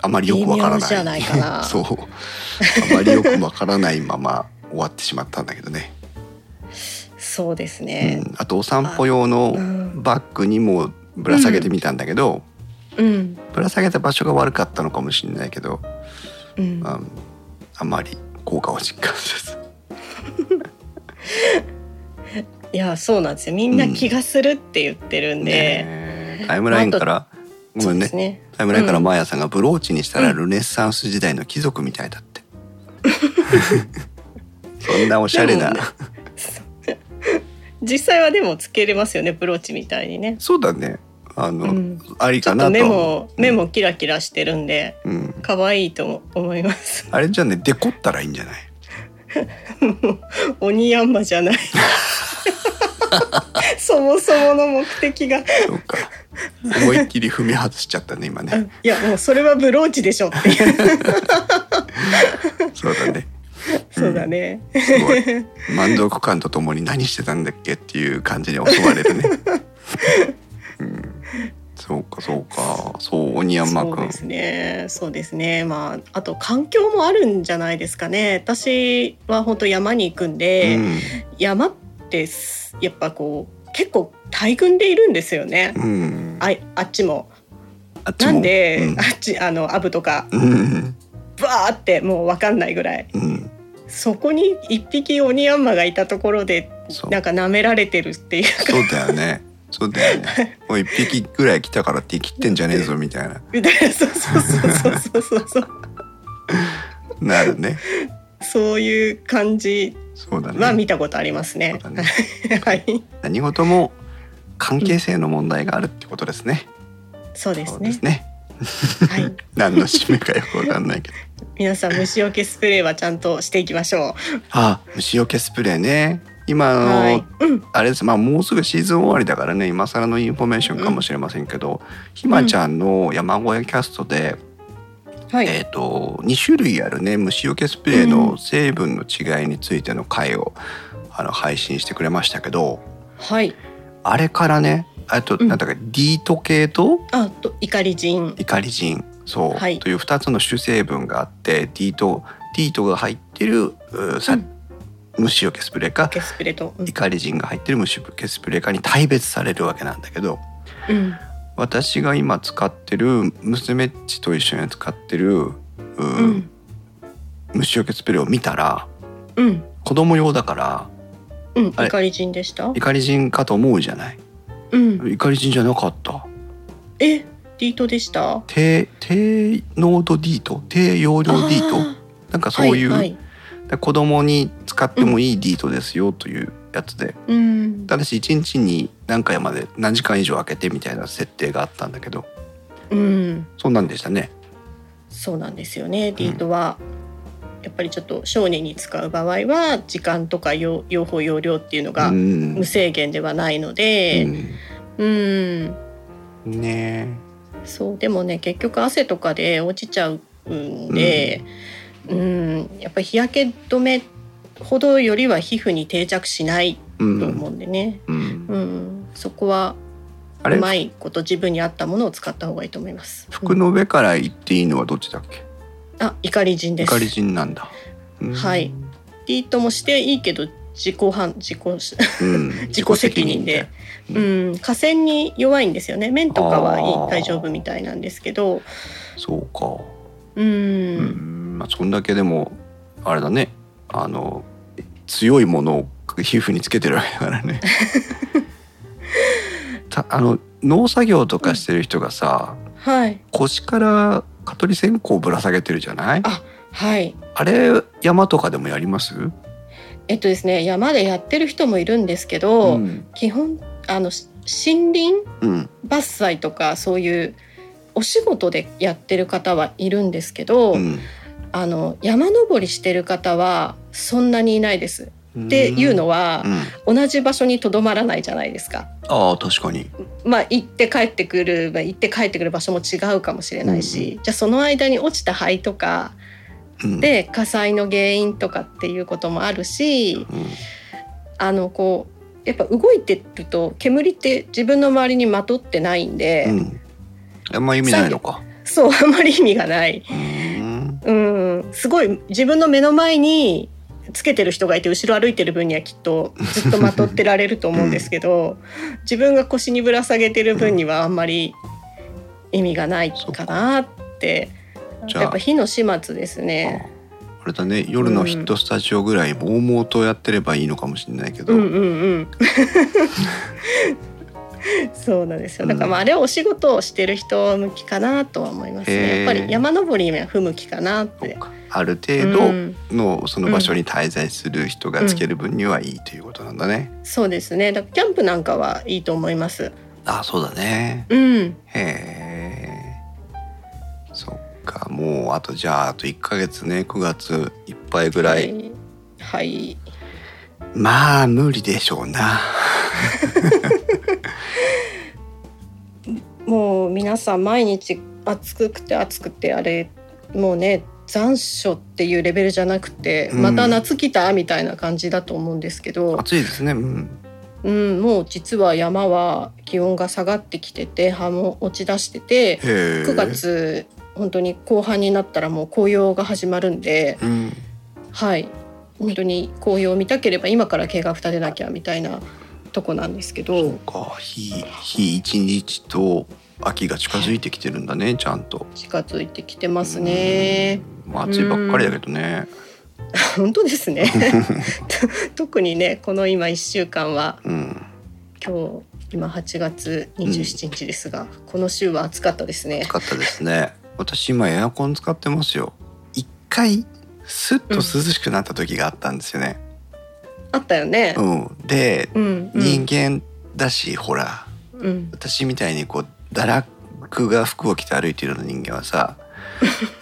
[SPEAKER 1] あまりよくわから
[SPEAKER 2] 微妙じゃ
[SPEAKER 1] な
[SPEAKER 2] ないいか
[SPEAKER 1] (laughs)
[SPEAKER 2] な
[SPEAKER 1] そうあまりよくわからないまま終わってしまったんだけどね、
[SPEAKER 2] そうです
[SPEAKER 1] う
[SPEAKER 2] ね
[SPEAKER 1] ん、あとお散歩用の
[SPEAKER 2] うん
[SPEAKER 1] バッグにもぶら下げてみたんだけど、
[SPEAKER 2] うん
[SPEAKER 1] ぶら下げた場所が悪かったのかもしれないけど、
[SPEAKER 2] うん
[SPEAKER 1] うんあまり効果を実感せず
[SPEAKER 2] いやそうなんですよみんな気がするって言ってるんで、
[SPEAKER 1] ねえタイムラインからご
[SPEAKER 2] そ
[SPEAKER 1] め
[SPEAKER 2] うんで
[SPEAKER 1] ね
[SPEAKER 2] すね
[SPEAKER 1] タイムラインからマーヤさんがブローチにしたらルネッサンス時代の貴族みたいだって。 (laughs) そんなおしゃれな、
[SPEAKER 2] でも実際はでもつけれますよねブローチみたいにね
[SPEAKER 1] そうだねあの、
[SPEAKER 2] うん
[SPEAKER 1] あり
[SPEAKER 2] ちょ
[SPEAKER 1] か
[SPEAKER 2] っ
[SPEAKER 1] なと
[SPEAKER 2] と目も
[SPEAKER 1] うん
[SPEAKER 2] 目もキラキラしてるんで
[SPEAKER 1] うん、
[SPEAKER 2] 可愛いとも思います (laughs)
[SPEAKER 1] あれじゃねデコったらいいんじゃない
[SPEAKER 2] 鬼ヤンマじ
[SPEAKER 1] (laughs)
[SPEAKER 2] ゃないそもそもの目的が
[SPEAKER 1] そうか思いっきり踏み外しちゃったね今ね
[SPEAKER 2] いやもうそれはブローチでしょって
[SPEAKER 1] (laughs)
[SPEAKER 2] いう
[SPEAKER 1] そうだね
[SPEAKER 2] そうだね、
[SPEAKER 1] すごい満足感とともに何してたんだっけっていう感じに襲われ
[SPEAKER 2] (laughs)
[SPEAKER 1] るね、うん、そうかそうかそう鬼山
[SPEAKER 2] そう
[SPEAKER 1] くん
[SPEAKER 2] ですねそうですねまああと環境もあるんじゃないですかね私は本当山に行くんで、山ってすやっぱこう結構大群でいるんですよね、
[SPEAKER 1] うん、うん、
[SPEAKER 2] あいあっちも
[SPEAKER 1] あっちも
[SPEAKER 2] なんで、
[SPEAKER 1] うん
[SPEAKER 2] あっちあのアブとか
[SPEAKER 1] うん
[SPEAKER 2] バーってもう分かんないぐらい
[SPEAKER 1] うん
[SPEAKER 2] そこに一匹オニヤンマがいたところで
[SPEAKER 1] そう
[SPEAKER 2] なんか舐められてるっていうか
[SPEAKER 1] そうだよねそうだよ
[SPEAKER 2] (laughs)
[SPEAKER 1] ねもう一匹ぐらい来たからって切ってんじゃねえぞみたいな
[SPEAKER 2] みたいな (laughs) そうそうそうそうそうそうそう
[SPEAKER 1] なるね
[SPEAKER 2] そういう感じ
[SPEAKER 1] そうだね,、
[SPEAKER 2] (laughs) は見たことあります
[SPEAKER 1] そう
[SPEAKER 2] ね。
[SPEAKER 1] だね
[SPEAKER 2] はい、
[SPEAKER 1] 何事も関係性の問題があるってことですね、
[SPEAKER 2] そうです
[SPEAKER 1] そうで
[SPEAKER 2] ね
[SPEAKER 1] す。ね
[SPEAKER 2] はい、
[SPEAKER 1] 何の締めかよくわかんないけど
[SPEAKER 2] 皆さん虫除けスプレーはちゃんとしていきましょ
[SPEAKER 1] あ虫除けスプレーね今あ
[SPEAKER 2] う。
[SPEAKER 1] の、
[SPEAKER 2] はい、うん、
[SPEAKER 1] あれですまあもうすぐシーズン終わりだからね今更のインフォメーションかもしれませんけど、ひまちゃんの山小屋キャストで、
[SPEAKER 2] はい、
[SPEAKER 1] えー、と2種類あるね虫除けスプレーの成分の違いについての回を、あの配信してくれましたけど
[SPEAKER 2] はい、
[SPEAKER 1] あれからねあと
[SPEAKER 2] うん
[SPEAKER 1] なんだか D ト系と
[SPEAKER 2] あと怒り人。
[SPEAKER 1] イカリジンそう、
[SPEAKER 2] はい
[SPEAKER 1] という2つの主成分があって D と D とが入ってるうさ、
[SPEAKER 2] うん
[SPEAKER 1] 虫除けスプレーか
[SPEAKER 2] ケスプレと、
[SPEAKER 1] イカリジンが入ってる虫除けスプレーかに大別されるわけなんだけど
[SPEAKER 2] うん、うん、
[SPEAKER 1] 私が今使ってる娘っちと一緒に使ってる、う
[SPEAKER 2] うん、
[SPEAKER 1] 虫除けスプレーを見たら
[SPEAKER 2] うん、
[SPEAKER 1] 子供用だから
[SPEAKER 2] うん、
[SPEAKER 1] あれ
[SPEAKER 2] 怒り人でした。
[SPEAKER 1] 怒り人かと思うじゃない
[SPEAKER 2] うん、
[SPEAKER 1] 怒り人じゃなかった
[SPEAKER 2] え、ディートでした。
[SPEAKER 1] 低低濃度ディート低容量ディート
[SPEAKER 2] あ
[SPEAKER 1] なんか
[SPEAKER 2] ー
[SPEAKER 1] そういう、
[SPEAKER 2] はいはい
[SPEAKER 1] で子供に使ってもいいディートですよというやつで、
[SPEAKER 2] うん、
[SPEAKER 1] ただし1日に何回まで何時間以上空けてみたいな設定があったんだけど
[SPEAKER 2] うん、
[SPEAKER 1] そんなんでしたね
[SPEAKER 2] そうなんですよね。ディートは。やっぱりちょっと少年に使う場合は時間とか用用法用量っていうのが
[SPEAKER 1] うん
[SPEAKER 2] 無制限ではないので、うん、
[SPEAKER 1] うんね
[SPEAKER 2] そうでもね結局汗とかで落ちちゃうんで、うん、やっぱり日焼け止めほどよりは皮膚に定着しない
[SPEAKER 1] えう
[SPEAKER 2] と思
[SPEAKER 1] ん、
[SPEAKER 2] うんでね、
[SPEAKER 1] うん
[SPEAKER 2] うん、そこは
[SPEAKER 1] あ
[SPEAKER 2] う
[SPEAKER 1] れ
[SPEAKER 2] まいこと自分に合ったものを使った方がいいと思います。
[SPEAKER 1] 服
[SPEAKER 2] うん
[SPEAKER 1] の上から言っていいのはどっちだっけ
[SPEAKER 2] あ怒り人です。
[SPEAKER 1] 怒り人なんだ、うん
[SPEAKER 2] はいリートもしていいけど自己反自己し
[SPEAKER 1] うん、
[SPEAKER 2] (laughs) 自己責任で
[SPEAKER 1] う
[SPEAKER 2] うん河川に弱いんですよね面とか
[SPEAKER 1] あ
[SPEAKER 2] は
[SPEAKER 1] ー
[SPEAKER 2] いい大丈夫みたいなんですけど
[SPEAKER 1] そうか
[SPEAKER 2] う
[SPEAKER 1] うん、
[SPEAKER 2] ん
[SPEAKER 1] まあそんだけでもあれだねあの強いものを皮膚につけてるわけだから
[SPEAKER 2] (laughs)
[SPEAKER 1] ねたあの農作業とかしてる人がさ、
[SPEAKER 2] はい
[SPEAKER 1] 腰から蚊取り線香をぶら下げてるじゃない
[SPEAKER 2] あ
[SPEAKER 1] あ
[SPEAKER 2] はい
[SPEAKER 1] れ山とかでもやります、
[SPEAKER 2] えっとですね山でやってる人もいるんですけど、
[SPEAKER 1] ん
[SPEAKER 2] 基本あのし森林
[SPEAKER 1] うん
[SPEAKER 2] 伐採とかそういうお仕事でやってる方はいるんですけど、あの山登りしてる方はそんなにいないです。
[SPEAKER 1] うん、
[SPEAKER 2] っていうのは
[SPEAKER 1] う、ん、
[SPEAKER 2] 同じ場所にとどまらないじゃないですか。
[SPEAKER 1] ああ確かに
[SPEAKER 2] まあ行って帰ってくる、まあ、行って帰ってくる場所も違うかもしれないし、じゃあその間に落ちた灰とか
[SPEAKER 1] うん、
[SPEAKER 2] で火災の原因とかっていうこともあるし
[SPEAKER 1] うん
[SPEAKER 2] あのこうやっぱ動いてると煙って自分の周りにまとってないんで、
[SPEAKER 1] うん、あんま意味ないのか
[SPEAKER 2] そうあんまり意味がない。
[SPEAKER 1] うん
[SPEAKER 2] うん、すごい自分の目の前につけてる人がいて後ろ歩いてる分にはきっとずっとまとってられると思うんですけど、自分が腰にぶら下げてる分にはあんまり意味がないかなって
[SPEAKER 1] じゃあ
[SPEAKER 2] やっぱ火の始末ですね。
[SPEAKER 1] あれだね夜のヒットスタジオぐらいもうもうとやってればいいのかもしれないけど、
[SPEAKER 2] うんう
[SPEAKER 1] (laughs)
[SPEAKER 2] んうん、そうなんですよだからまああれはお仕事をしてる人向きかなとは思いますね
[SPEAKER 1] へ
[SPEAKER 2] や
[SPEAKER 1] ー
[SPEAKER 2] っぱり山登りには不向きかなっ
[SPEAKER 1] そう
[SPEAKER 2] て。
[SPEAKER 1] かある程
[SPEAKER 2] ん
[SPEAKER 1] 度のその場所に滞在する人がつける分にはいいということなんだね。
[SPEAKER 2] そうですねだからキャンプなんかはいいと思います。
[SPEAKER 1] ああそうだね
[SPEAKER 2] うん
[SPEAKER 1] へえそっかもうあとじゃああと1ヶ月ね9月いっぱいぐらい、
[SPEAKER 2] はい、はい
[SPEAKER 1] まあ無理でしょうな。
[SPEAKER 2] もう皆さん毎日暑くて暑くてあれもうね残暑っていうレベルじゃなくて
[SPEAKER 1] うん
[SPEAKER 2] また夏来たみたいな感じだと思うんですけど、
[SPEAKER 1] 暑いですね、うん、
[SPEAKER 2] うんもう実は山は気温が下がってきてて葉も落ち出してて
[SPEAKER 1] へえ
[SPEAKER 2] 9月本当に後半になったらもう紅葉が始まるんで
[SPEAKER 1] うん
[SPEAKER 2] はい本当に紅葉を見たければ今から毛が蓋でなきゃみたいなとこなんですけど。
[SPEAKER 1] か日日一日と秋が近づいてきてるんだねちゃんと。
[SPEAKER 2] 近づいてきてますね。
[SPEAKER 1] うん。まあ暑いばっかりだけどね。
[SPEAKER 2] 本当です
[SPEAKER 1] (laughs)
[SPEAKER 2] ね。 (laughs) と特にね、この今一週間は、
[SPEAKER 1] うん。
[SPEAKER 2] 今日、今8月27日ですが、この週は暑かったですね
[SPEAKER 1] 暑。かったですね。私今エアコン使ってますよ。一回スッと涼しくなった時があったんですよね。
[SPEAKER 2] あったよね
[SPEAKER 1] う。ん。で、
[SPEAKER 2] うん、う
[SPEAKER 1] 人
[SPEAKER 2] ん、
[SPEAKER 1] 間だしほら
[SPEAKER 2] うん、
[SPEAKER 1] 私みたいにこう堕落が服を着て歩いてるような人間は
[SPEAKER 2] (laughs)
[SPEAKER 1] さ。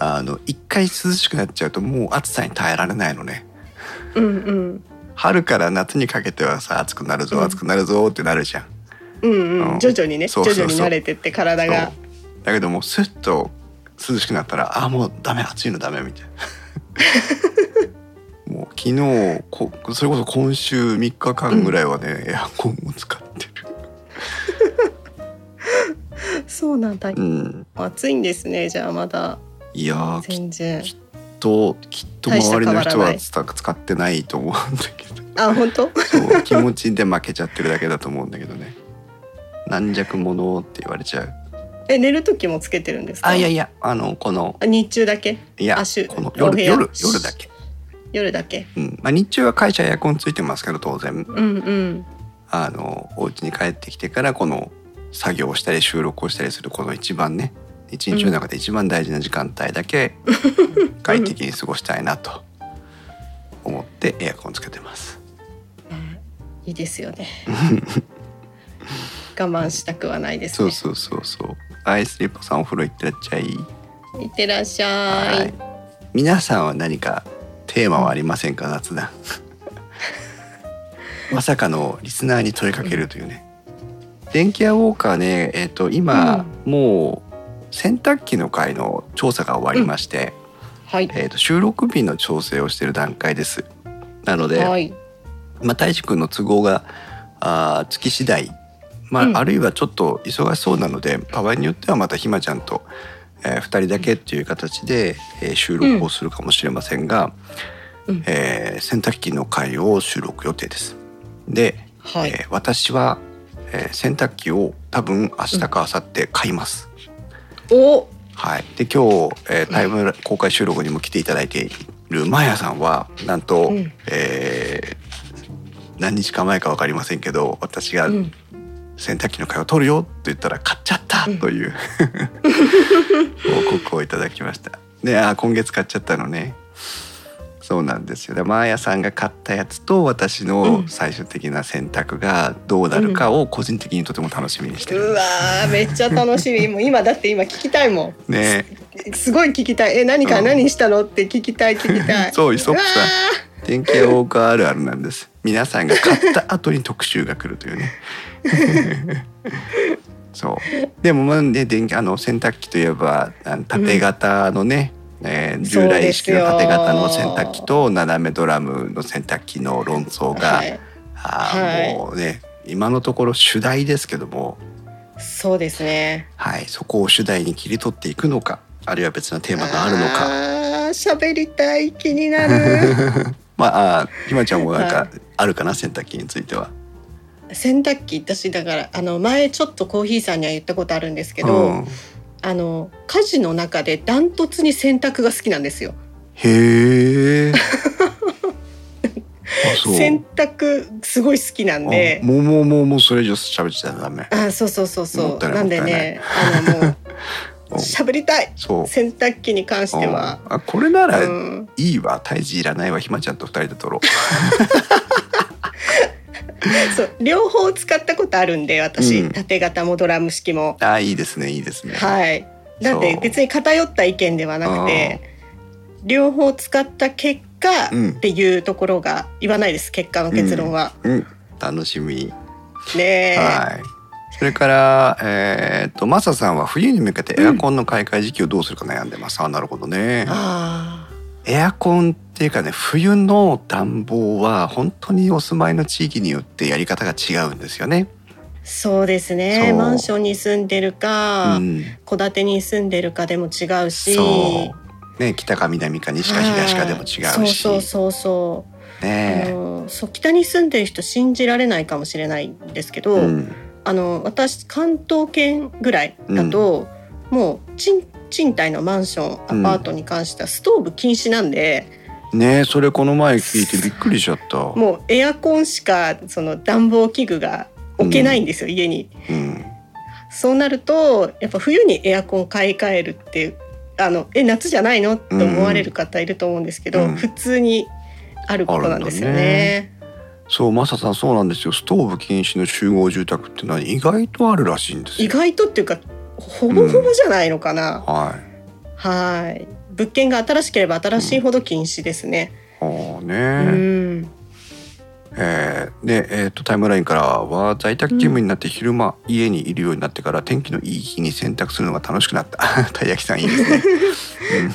[SPEAKER 1] あの一回涼しくなっちゃうともう暑さに耐えられないのね
[SPEAKER 2] うん、うん、
[SPEAKER 1] 春から夏にかけてはさ暑くなる
[SPEAKER 2] う
[SPEAKER 1] ぞ
[SPEAKER 2] ん
[SPEAKER 1] 暑くなるぞってなるじゃん、
[SPEAKER 2] うん、
[SPEAKER 1] う
[SPEAKER 2] うんん、徐々にね、
[SPEAKER 1] そ
[SPEAKER 2] 徐
[SPEAKER 1] うそうそう
[SPEAKER 2] 々に慣れてって体が。
[SPEAKER 1] そうだけどもうスッと涼しくなったらあーもうダメ暑いのダメみ
[SPEAKER 2] (laughs)
[SPEAKER 1] たいなもう昨日こそれこそ今週3日間ぐらいはね、エアコンを使ってる、
[SPEAKER 2] そうなんだ
[SPEAKER 1] う。ん、
[SPEAKER 2] 暑いんですね。じゃあまだ
[SPEAKER 1] いやーきっ
[SPEAKER 2] 全然。
[SPEAKER 1] ときっと周りの
[SPEAKER 2] 大し
[SPEAKER 1] 人
[SPEAKER 2] た変
[SPEAKER 1] は
[SPEAKER 2] わらない
[SPEAKER 1] 使使ってないと思うんだけ
[SPEAKER 2] (laughs)
[SPEAKER 1] ど
[SPEAKER 2] あ、本当？
[SPEAKER 1] そう気持ちで負けちゃってるだけだと思うんだけどね軟弱者って言われちゃう
[SPEAKER 2] え、寝る時もつけてるんですか？
[SPEAKER 1] あいやいやあのこの
[SPEAKER 2] あ日中だけ。
[SPEAKER 1] いや
[SPEAKER 2] あしゅ
[SPEAKER 1] この
[SPEAKER 2] お部
[SPEAKER 1] 夜
[SPEAKER 2] 屋
[SPEAKER 1] 夜夜だけ
[SPEAKER 2] 夜だけ
[SPEAKER 1] うんまあ、日中は会社エアコンついてますけど当然
[SPEAKER 2] うんうん
[SPEAKER 1] あのお家に帰ってきてからこの作業をしたり収録をしたりするこの一番ね一日の中で一番大事な時間帯だけ快適に過ごしたいなと思ってエアコンつけてます。
[SPEAKER 2] いいで
[SPEAKER 1] (laughs)
[SPEAKER 2] すよね我慢したくはないです
[SPEAKER 1] そ
[SPEAKER 2] ね
[SPEAKER 1] うそうそうそう。アイスリポさんお風呂行ってらっちゃい。
[SPEAKER 2] いってらっしゃい、
[SPEAKER 1] はい皆さんは何かテーマはありませんか夏 (laughs) だ。まさかのリスナーに問いかけるというね。電気屋ウォーカーね、えっ、と今、もう洗濯機の回の調査が終わりまして、
[SPEAKER 2] はい
[SPEAKER 1] えっ、と収録日の調整をしている段階です。なので、
[SPEAKER 2] はい
[SPEAKER 1] まあ、大志くんの都合があー月次第、まあ
[SPEAKER 2] うん
[SPEAKER 1] あるいはちょっと忙しそうなので場合によってはまたひまちゃんと、え2人だけっていう形で、えー収録をするかもしれませんが、
[SPEAKER 2] うん
[SPEAKER 1] えー洗濯機の回を収録予定です。で、
[SPEAKER 2] はい、
[SPEAKER 1] えー私は、えー洗濯機を多分明日か明後日買います。
[SPEAKER 2] お
[SPEAKER 1] はい、で今日、えータイム公開収録にも来ていただいているマーヤさんはなんと、
[SPEAKER 2] うん
[SPEAKER 1] えー何日か前か分かりませんけど私が
[SPEAKER 2] うん
[SPEAKER 1] 洗濯機の会を取るよって言ったら買っちゃった
[SPEAKER 2] うん
[SPEAKER 1] という
[SPEAKER 2] (laughs)
[SPEAKER 1] 報告をいただきました。であー今月買っちゃったのねそうなんですよでマーヤさんが買ったやつと私
[SPEAKER 2] う
[SPEAKER 1] の
[SPEAKER 2] ん
[SPEAKER 1] 最終的な選択がどうなるかを個人的にとても楽しみにして
[SPEAKER 2] う
[SPEAKER 1] るんで
[SPEAKER 2] わ
[SPEAKER 1] す。
[SPEAKER 2] ーめっちゃ楽しみもう今だって今聞きたいもん
[SPEAKER 1] ね
[SPEAKER 2] すごい聞きたいえ何か
[SPEAKER 1] う
[SPEAKER 2] ら
[SPEAKER 1] ん
[SPEAKER 2] 何したのって聞きたい聞きた
[SPEAKER 1] (laughs)
[SPEAKER 2] い
[SPEAKER 1] そうイソップさん
[SPEAKER 2] うわ
[SPEAKER 1] 典型ウォーカーあるあるなんです皆さんが買った後に特集が来るというね
[SPEAKER 2] (laughs)
[SPEAKER 1] そうでもまあね電気あの洗濯機といえばあの縦型のね、えー従来式の縦型の洗濯機と斜めドラムの洗濯機の論争
[SPEAKER 2] ー
[SPEAKER 1] が、
[SPEAKER 2] はい
[SPEAKER 1] あ
[SPEAKER 2] は
[SPEAKER 1] ー
[SPEAKER 2] い
[SPEAKER 1] もうね今のところ主題ですけども、
[SPEAKER 2] そうですね
[SPEAKER 1] はい、そこを主題に切り取っていくのかあるいは別のテーマがあるのか
[SPEAKER 2] あー喋りたい気になる
[SPEAKER 1] まああーひまちゃんもなん
[SPEAKER 2] は
[SPEAKER 1] か
[SPEAKER 2] い
[SPEAKER 1] あるかな洗濯機については。
[SPEAKER 2] 洗濯機私だからあの前ちょっとコーヒーさんには言ったことあるんですけど、
[SPEAKER 1] うん
[SPEAKER 2] あの家事の中でダントツに洗濯が好きなんですよ
[SPEAKER 1] へえ。
[SPEAKER 2] (laughs)
[SPEAKER 1] あ、そう。
[SPEAKER 2] 洗濯すごい好きなんで
[SPEAKER 1] あもうもうもうもうそれ以上喋っちゃダメ。
[SPEAKER 2] あそうそうそう
[SPEAKER 1] も
[SPEAKER 2] そ
[SPEAKER 1] っ
[SPEAKER 2] う
[SPEAKER 1] たいな
[SPEAKER 2] ないんでねあのもう
[SPEAKER 1] (laughs) うん
[SPEAKER 2] 喋りたい
[SPEAKER 1] そう。
[SPEAKER 2] 洗濯機に関しては
[SPEAKER 1] う、んあ、これなら
[SPEAKER 2] う
[SPEAKER 1] い
[SPEAKER 2] ん、
[SPEAKER 1] いわ。胎児いらないわ。ひまちゃんと二人で撮ろう。
[SPEAKER 2] そう両方使ったことあるんで私、
[SPEAKER 1] うん
[SPEAKER 2] 縦型もドラム式も
[SPEAKER 1] あ、いいですね。いいですね。
[SPEAKER 2] はいだって
[SPEAKER 1] そう
[SPEAKER 2] 別に偏った意見ではなくて両方使った結果っ
[SPEAKER 1] うん
[SPEAKER 2] ていうところが言わないです結果の結論は、
[SPEAKER 1] うん。楽しみ。
[SPEAKER 2] ねえ、
[SPEAKER 1] はい。それから、えーっと、マサさんは冬に向けてエアコンの買い替え時期をどうするか悩んでます。あ、なるほどね。
[SPEAKER 2] あー
[SPEAKER 1] エアコンっていうかね、冬の暖房は本当にお住まいの地域によってやり方が違うんですよね。
[SPEAKER 2] そうですね
[SPEAKER 1] そう
[SPEAKER 2] マンションに住んでるか
[SPEAKER 1] うん。
[SPEAKER 2] 戸、建てに住んでるかでも違うし
[SPEAKER 1] そう。ね、北か南か西か東かでも違
[SPEAKER 2] は
[SPEAKER 1] う
[SPEAKER 2] い
[SPEAKER 1] し。
[SPEAKER 2] そうそうそうそうあ
[SPEAKER 1] ね
[SPEAKER 2] のそう北に住んでる人信じられないかもしれないんですけど、
[SPEAKER 1] うん。
[SPEAKER 2] あの私関東圏ぐらいだと、もう賃賃貸のマンション
[SPEAKER 1] うん
[SPEAKER 2] アパートに関してはストーブ禁止なんで、
[SPEAKER 1] ねそれこの前聞いてびっくりしちゃった。う
[SPEAKER 2] もうエアコンしかその暖房器具が置けないんですよ、家に。
[SPEAKER 1] ん。
[SPEAKER 2] そうなるとやっぱ冬にエアコン買い替えるっていうあのえ夏じゃないのって思われる方いると思うんですけど、
[SPEAKER 1] うん
[SPEAKER 2] 普通にあることなんですよね。
[SPEAKER 1] そう、マサさんそうなんですよ。ストーブ禁止の集合住宅ってのは意外とあるらしいんです
[SPEAKER 2] 意
[SPEAKER 1] よ。
[SPEAKER 2] 外とっていうかほぼほぼじゃないのかな。
[SPEAKER 1] はい。
[SPEAKER 2] はい。物件が新しければ新しいほど禁止ですね。
[SPEAKER 1] ああ
[SPEAKER 2] う
[SPEAKER 1] ね、
[SPEAKER 2] ん。
[SPEAKER 1] えーで、えー、とタイムラインからは在宅勤務になって昼間、家にいるようになってから天気のいい日に洗濯するのが楽しくなったたい (laughs) 焼きさんいいですね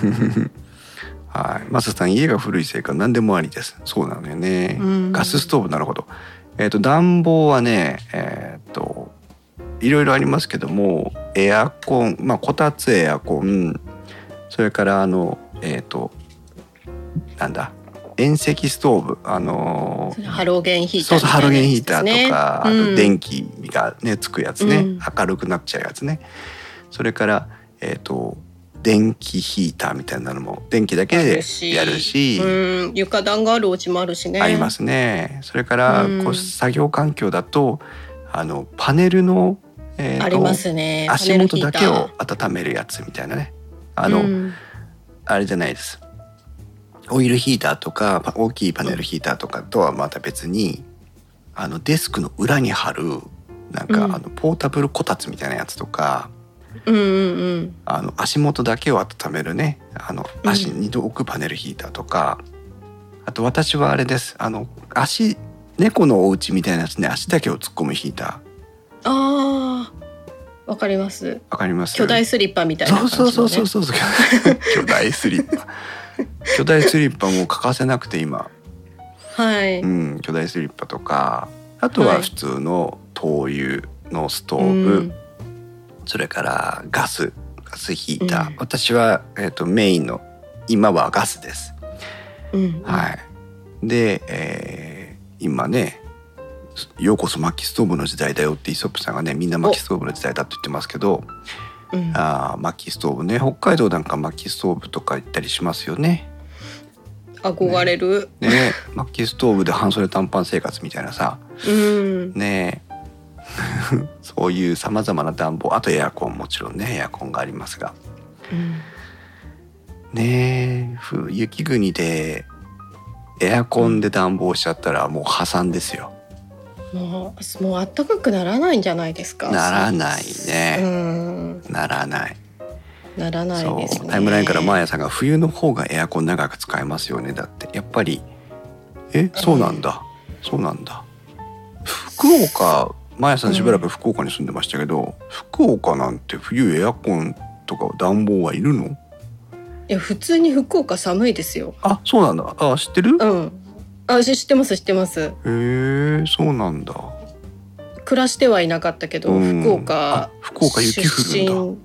[SPEAKER 1] うん (laughs) はいマサさん家が古いせいか何でもありですそうなのよね、
[SPEAKER 2] うん
[SPEAKER 1] ガスストーブなるほど。えっ、と暖房はね、えっ、といろいろありますけども、エアコン、まあこたつエアコン、それからあのえっ、となんだ遠赤ストーブ、あのー
[SPEAKER 2] ハロゲンヒータ
[SPEAKER 1] そ
[SPEAKER 2] ー
[SPEAKER 1] うそうハロゲンヒーターとか、あと電
[SPEAKER 2] 気。
[SPEAKER 1] 気がねつくやつね、
[SPEAKER 2] うん
[SPEAKER 1] 明るくなっちゃうやつね。それからえっ、と電気ヒーターみたいなのも電気だけでやるし
[SPEAKER 2] うん床暖があるお家もあるしね
[SPEAKER 1] ありますすね。それから
[SPEAKER 2] うん
[SPEAKER 1] こう作業環境だとあのパネルの、えーと
[SPEAKER 2] ありますね
[SPEAKER 1] 足元だけ
[SPEAKER 2] パネル
[SPEAKER 1] を
[SPEAKER 2] ヒー
[SPEAKER 1] 温めるやつみたいなね
[SPEAKER 2] ター
[SPEAKER 1] あの、
[SPEAKER 2] うん
[SPEAKER 1] あれじゃないですオイルヒーターとかパ大きいパネルヒーターとかとはまた別にあのデスクの裏に貼るなんか、
[SPEAKER 2] うん
[SPEAKER 1] あのポータブルこたつみたいなやつとか
[SPEAKER 2] うんうんうん
[SPEAKER 1] あの足元だけを温めるねあの
[SPEAKER 2] うん
[SPEAKER 1] 足に置くパネルヒーターとか、あと私はあれですあの足猫のお家みたいなやつね足だけを突っ込むヒータ
[SPEAKER 2] あーわかります
[SPEAKER 1] ーわかります
[SPEAKER 2] 巨大スリッパみたい
[SPEAKER 1] そ
[SPEAKER 2] な感
[SPEAKER 1] う
[SPEAKER 2] じの、
[SPEAKER 1] そ
[SPEAKER 2] ね、
[SPEAKER 1] うそうそうそうそう
[SPEAKER 2] (laughs)
[SPEAKER 1] 巨大スリッパ巨大スリッパもう欠かせなくて今
[SPEAKER 2] はい、
[SPEAKER 1] うん、巨大スリッパとかあとは
[SPEAKER 2] はい
[SPEAKER 1] 普通の灯油のスト
[SPEAKER 2] う
[SPEAKER 1] ーブ、
[SPEAKER 2] ん
[SPEAKER 1] それからガスガスヒーター、
[SPEAKER 2] うん
[SPEAKER 1] 私は、えー、とメインの今はガスです。
[SPEAKER 2] うん
[SPEAKER 1] はい、で、えー今ね「ようこそ薪ストーブの時代だよ」ってイソップさんがねみんな薪ストーブの時代だって言ってますけど
[SPEAKER 2] うん
[SPEAKER 1] あー薪ストーブね北海道なんか薪ストーブとか行ったりしますよね。
[SPEAKER 2] 憧れる、 (laughs)
[SPEAKER 1] ね薪ストーブで半袖短パン生活みたいなさ。
[SPEAKER 2] うん
[SPEAKER 1] ねえ (laughs) そういうさまざまな暖房あとエアコンもちろんねエアコンがありますが
[SPEAKER 2] うん
[SPEAKER 1] ねえふ雪国でエアコンで暖房しちゃったらもう破産ですよ
[SPEAKER 2] もうもう暖かくならないんじゃないですか
[SPEAKER 1] ならないね
[SPEAKER 2] うん
[SPEAKER 1] ならない
[SPEAKER 2] ならない
[SPEAKER 1] そ
[SPEAKER 2] ですね
[SPEAKER 1] うタイムラインからマーヤさんが冬の方がエアコン長く使えますよねだってやっぱりえそうなんだ、そうなんだ福岡マーヤさんしばらく福岡に住んでましたけど、福岡なんて冬エアコンとか暖房はいるの
[SPEAKER 2] いや普通に福岡寒いですよ
[SPEAKER 1] あ、そうなんだ。あ、知ってる？
[SPEAKER 2] う
[SPEAKER 1] へ
[SPEAKER 2] んあし知ってます知ってます
[SPEAKER 1] え、そうなんだ。
[SPEAKER 2] 暮らしてはいなかったけど、
[SPEAKER 1] うん
[SPEAKER 2] 福岡
[SPEAKER 1] あ福岡雪降るんだ。
[SPEAKER 2] 出身